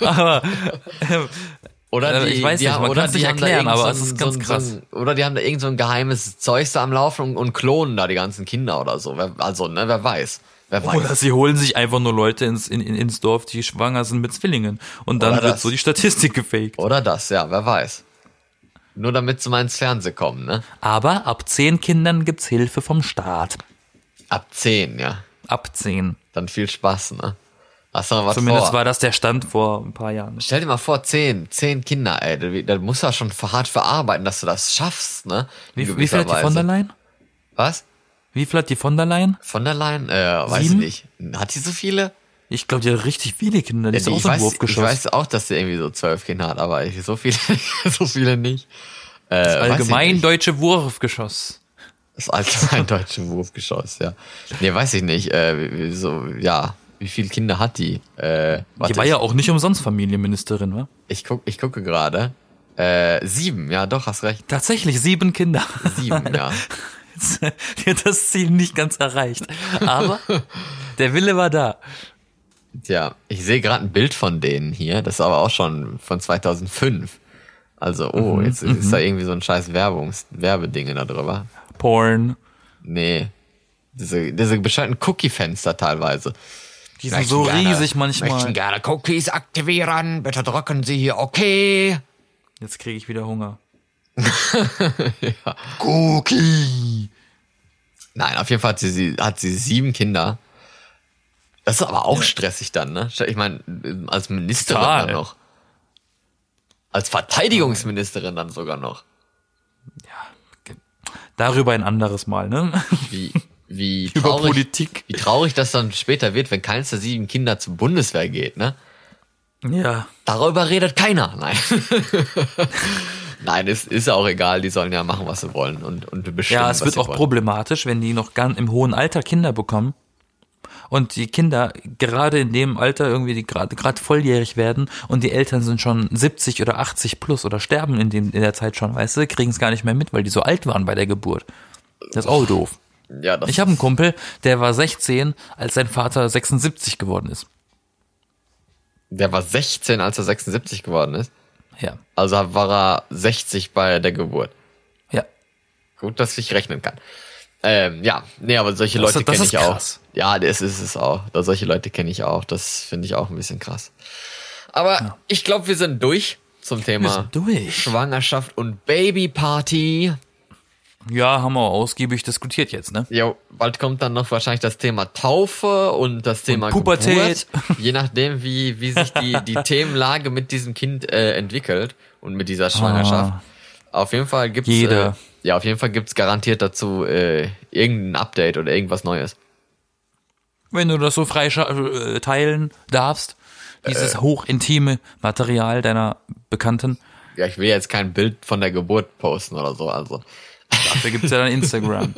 S1: aber ähm,
S2: Oder
S1: Äh,
S2: die,
S1: ich weiß
S2: die
S1: nicht,
S2: haben,
S1: man
S2: oder
S1: kann's
S2: die
S1: nicht
S2: haben da
S1: erklären,
S2: irgend
S1: aber es
S2: so ein-
S1: ist ganz
S2: so ein, So
S1: krass.
S2: ein, oder die haben da irgend so ein geheimes Zeugs da am Laufen und, und klonen da die ganzen Kinder oder so. Wer, also, ne, wer weiß. Wer weiß.
S1: oder sie holen sich einfach nur Leute ins, in, in- ins Dorf, die schwanger sind mit Zwillingen. Und dann
S2: Oder
S1: wird
S2: das.
S1: so die Statistik gefaked.
S2: Oder das, ja, wer weiß. Nur damit sie mal ins Fernsehen kommen, ne?
S1: Aber ab zehn Kindern gibt's Hilfe vom Staat.
S2: Ab 10, ja.
S1: Ab zehn.
S2: Dann viel Spaß, ne? Hast du mal was
S1: Zumindest
S2: vor?
S1: war das der Stand vor ein paar Jahren.
S2: Stell dir mal vor, 10, 10 Kinder, ey. Da- Da musst du ja schon hart verarbeiten, dass du das schaffst, ne? In
S1: Wie, wie
S2: gewisser
S1: viel hat die von der
S2: Weise.
S1: Leyen?
S2: Was?
S1: Wie viel hat die von der Leyen?
S2: Von der Leyen? Äh, weiß ich
S1: Sieben?
S2: nicht. Hat die so viele?
S1: Ich glaube, die hat richtig viele Kinder. Die ist
S2: Nee,
S1: auch
S2: ich,
S1: so ein
S2: weiß, ich
S1: Wurfgeschoss.
S2: weiß auch, dass sie irgendwie so zwölf Kinder hat, aber ich, so viele, so viele nicht. Äh, weiß ich
S1: Allgemein
S2: nicht.
S1: deutsche Wurfgeschoss.
S2: Das allgemein deutsche Wurfgeschoss, ja. Nee, weiß ich nicht. Äh, wie- wie- so, ja, wie viele Kinder hat die? Äh, warte,
S1: Die war ja auch nicht umsonst Familienministerin, wa?
S2: ich, ich, guck, ich gucke gerade. Äh, sieben, ja, doch, hast recht.
S1: Tatsächlich sieben Kinder.
S2: Sieben, ja.
S1: Die hat das Ziel nicht ganz erreicht. Aber der Wille war da.
S2: Tja, ich sehe gerade ein Bild von denen hier. Das ist aber auch schon von 2005. Also, oh,
S1: Mhm,
S2: jetzt ist da irgendwie so ein scheiß Werbungs Werbedinge da drüber.
S1: Porn.
S2: Nee. Diese, diese bescheuerten Cookie-Fenster teilweise.
S1: Die sind so riesig manchmal.
S2: gerne Cookies aktivieren. Bitte drücken Sie hier okay.
S1: Jetzt kriege ich wieder Hunger.
S2: Cookie. Nein, auf jeden Fall hat sie, sie, hat sie sieben Kinder. Das ist aber auch stressig dann, ne? Ich meine, als Ministerin
S1: Total.
S2: dann noch. Als Verteidigungsministerin dann sogar noch.
S1: Darüber ein anderes Mal, ne?
S2: Wie, wie
S1: Über
S2: traurig,
S1: Politik.
S2: Wie traurig das dann später wird, wenn keins der sieben Kinder zur Bundeswehr geht, ne?
S1: Ja.
S2: Darüber redet keiner. Nein. Nein, ist, ist auch egal. Die sollen ja machen, was sie wollen und, und bestimmen,
S1: Ja, es
S2: was
S1: wird
S2: sie
S1: auch
S2: wollen.
S1: problematisch, wenn die noch ganz im hohen Alter Kinder bekommen und die Kinder gerade in dem Alter irgendwie die gerade gerade volljährig werden und die Eltern sind schon 70 oder 80 plus oder sterben in dem in der Zeit schon, weißt du, kriegen es gar nicht mehr mit, weil die so alt waren bei der Geburt. Das ist auch doof.
S2: Ja, das
S1: Ich habe einen Kumpel, der war 16, als sein Vater 76 geworden ist.
S2: Der war 16, als er 76 geworden ist.
S1: Ja.
S2: Also war er 60 bei der Geburt.
S1: Ja.
S2: Gut, dass ich rechnen kann. Ähm, ja, nee, aber solche
S1: Das-
S2: Leute
S1: das
S2: kenne
S1: ist
S2: ich auch.
S1: krass.
S2: Ja, das ist es auch. Da solche Leute kenne ich auch. Das finde ich auch ein bisschen krass. Aber ich glaube, wir sind durch zum Thema
S1: sind durch.
S2: Schwangerschaft und Babyparty.
S1: Ja, haben wir ausgiebig diskutiert jetzt, ne?
S2: Ja, bald kommt dann noch wahrscheinlich das Thema Taufe und das Thema
S1: Pubertät.
S2: Geburt, je nachdem, wie, wie sich die, die Themenlage mit diesem Kind äh, entwickelt und mit dieser Schwangerschaft.
S1: Ah.
S2: Auf jeden Fall gibt's
S1: Jeder.
S2: Äh, ja, auf jeden Fall gibt's garantiert dazu äh, irgendein Update oder irgendwas Neues.
S1: Wenn du das so frei scha- äh, teilen darfst, dieses hochintime Material deiner Bekannten.
S2: Ja, ich will jetzt kein Bild von der Geburt posten oder so, also.
S1: Dafür gibt's ja dann Instagram.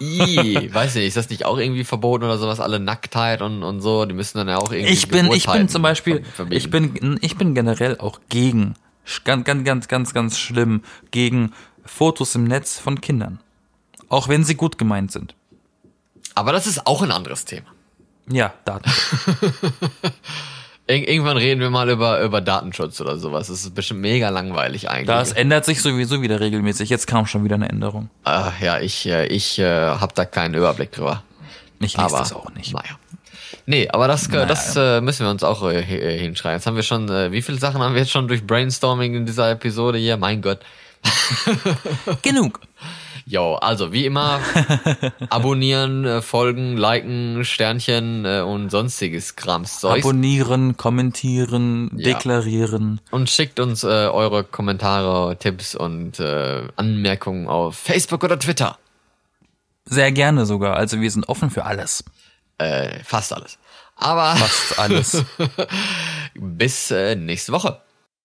S2: I, weiß nicht, ist das nicht auch irgendwie verboten oder sowas? Alle Nacktheit und, und so, die müssen dann ja auch irgendwie.
S1: Ich bin, ich bin
S2: Geburtheiten
S1: zum Beispiel,
S2: ver- verbieten.
S1: ich bin, ich bin generell auch gegen, ganz, ganz, ganz, ganz, ganz schlimm, gegen Fotos im Netz von Kindern. Auch wenn sie gut gemeint sind.
S2: Aber das ist auch ein anderes Thema.
S1: Ja, Daten.
S2: Ir irgendwann reden wir mal über, über Datenschutz oder sowas. Das ist bestimmt mega langweilig eigentlich.
S1: Das ändert sich sowieso wieder regelmäßig. Jetzt kam schon wieder eine Änderung.
S2: Ah, ja, ich, äh, ich äh, habe da keinen Überblick drüber.
S1: Ich lese
S2: Aber
S1: das auch nicht.
S2: Naja. Nee, aber das, das äh, müssen wir uns auch äh, hi- äh, hinschreiben. Jetzt haben wir schon, äh, wie viele Sachen haben wir jetzt schon durch Brainstorming in dieser Episode hier? Mein Gott.
S1: Genug.
S2: Jo, also wie immer, abonnieren, äh, folgen, liken, Sternchen äh, und sonstiges Krams. Zeugs.
S1: Abonnieren, kommentieren,
S2: Ja.
S1: deklarieren.
S2: Und schickt uns äh, eure Kommentare, Tipps und äh, Anmerkungen auf Facebook oder Twitter.
S1: Sehr gerne sogar. Also wir sind offen für alles.
S2: Äh, fast alles. Aber
S1: Fast alles.
S2: bis äh, nächste Woche.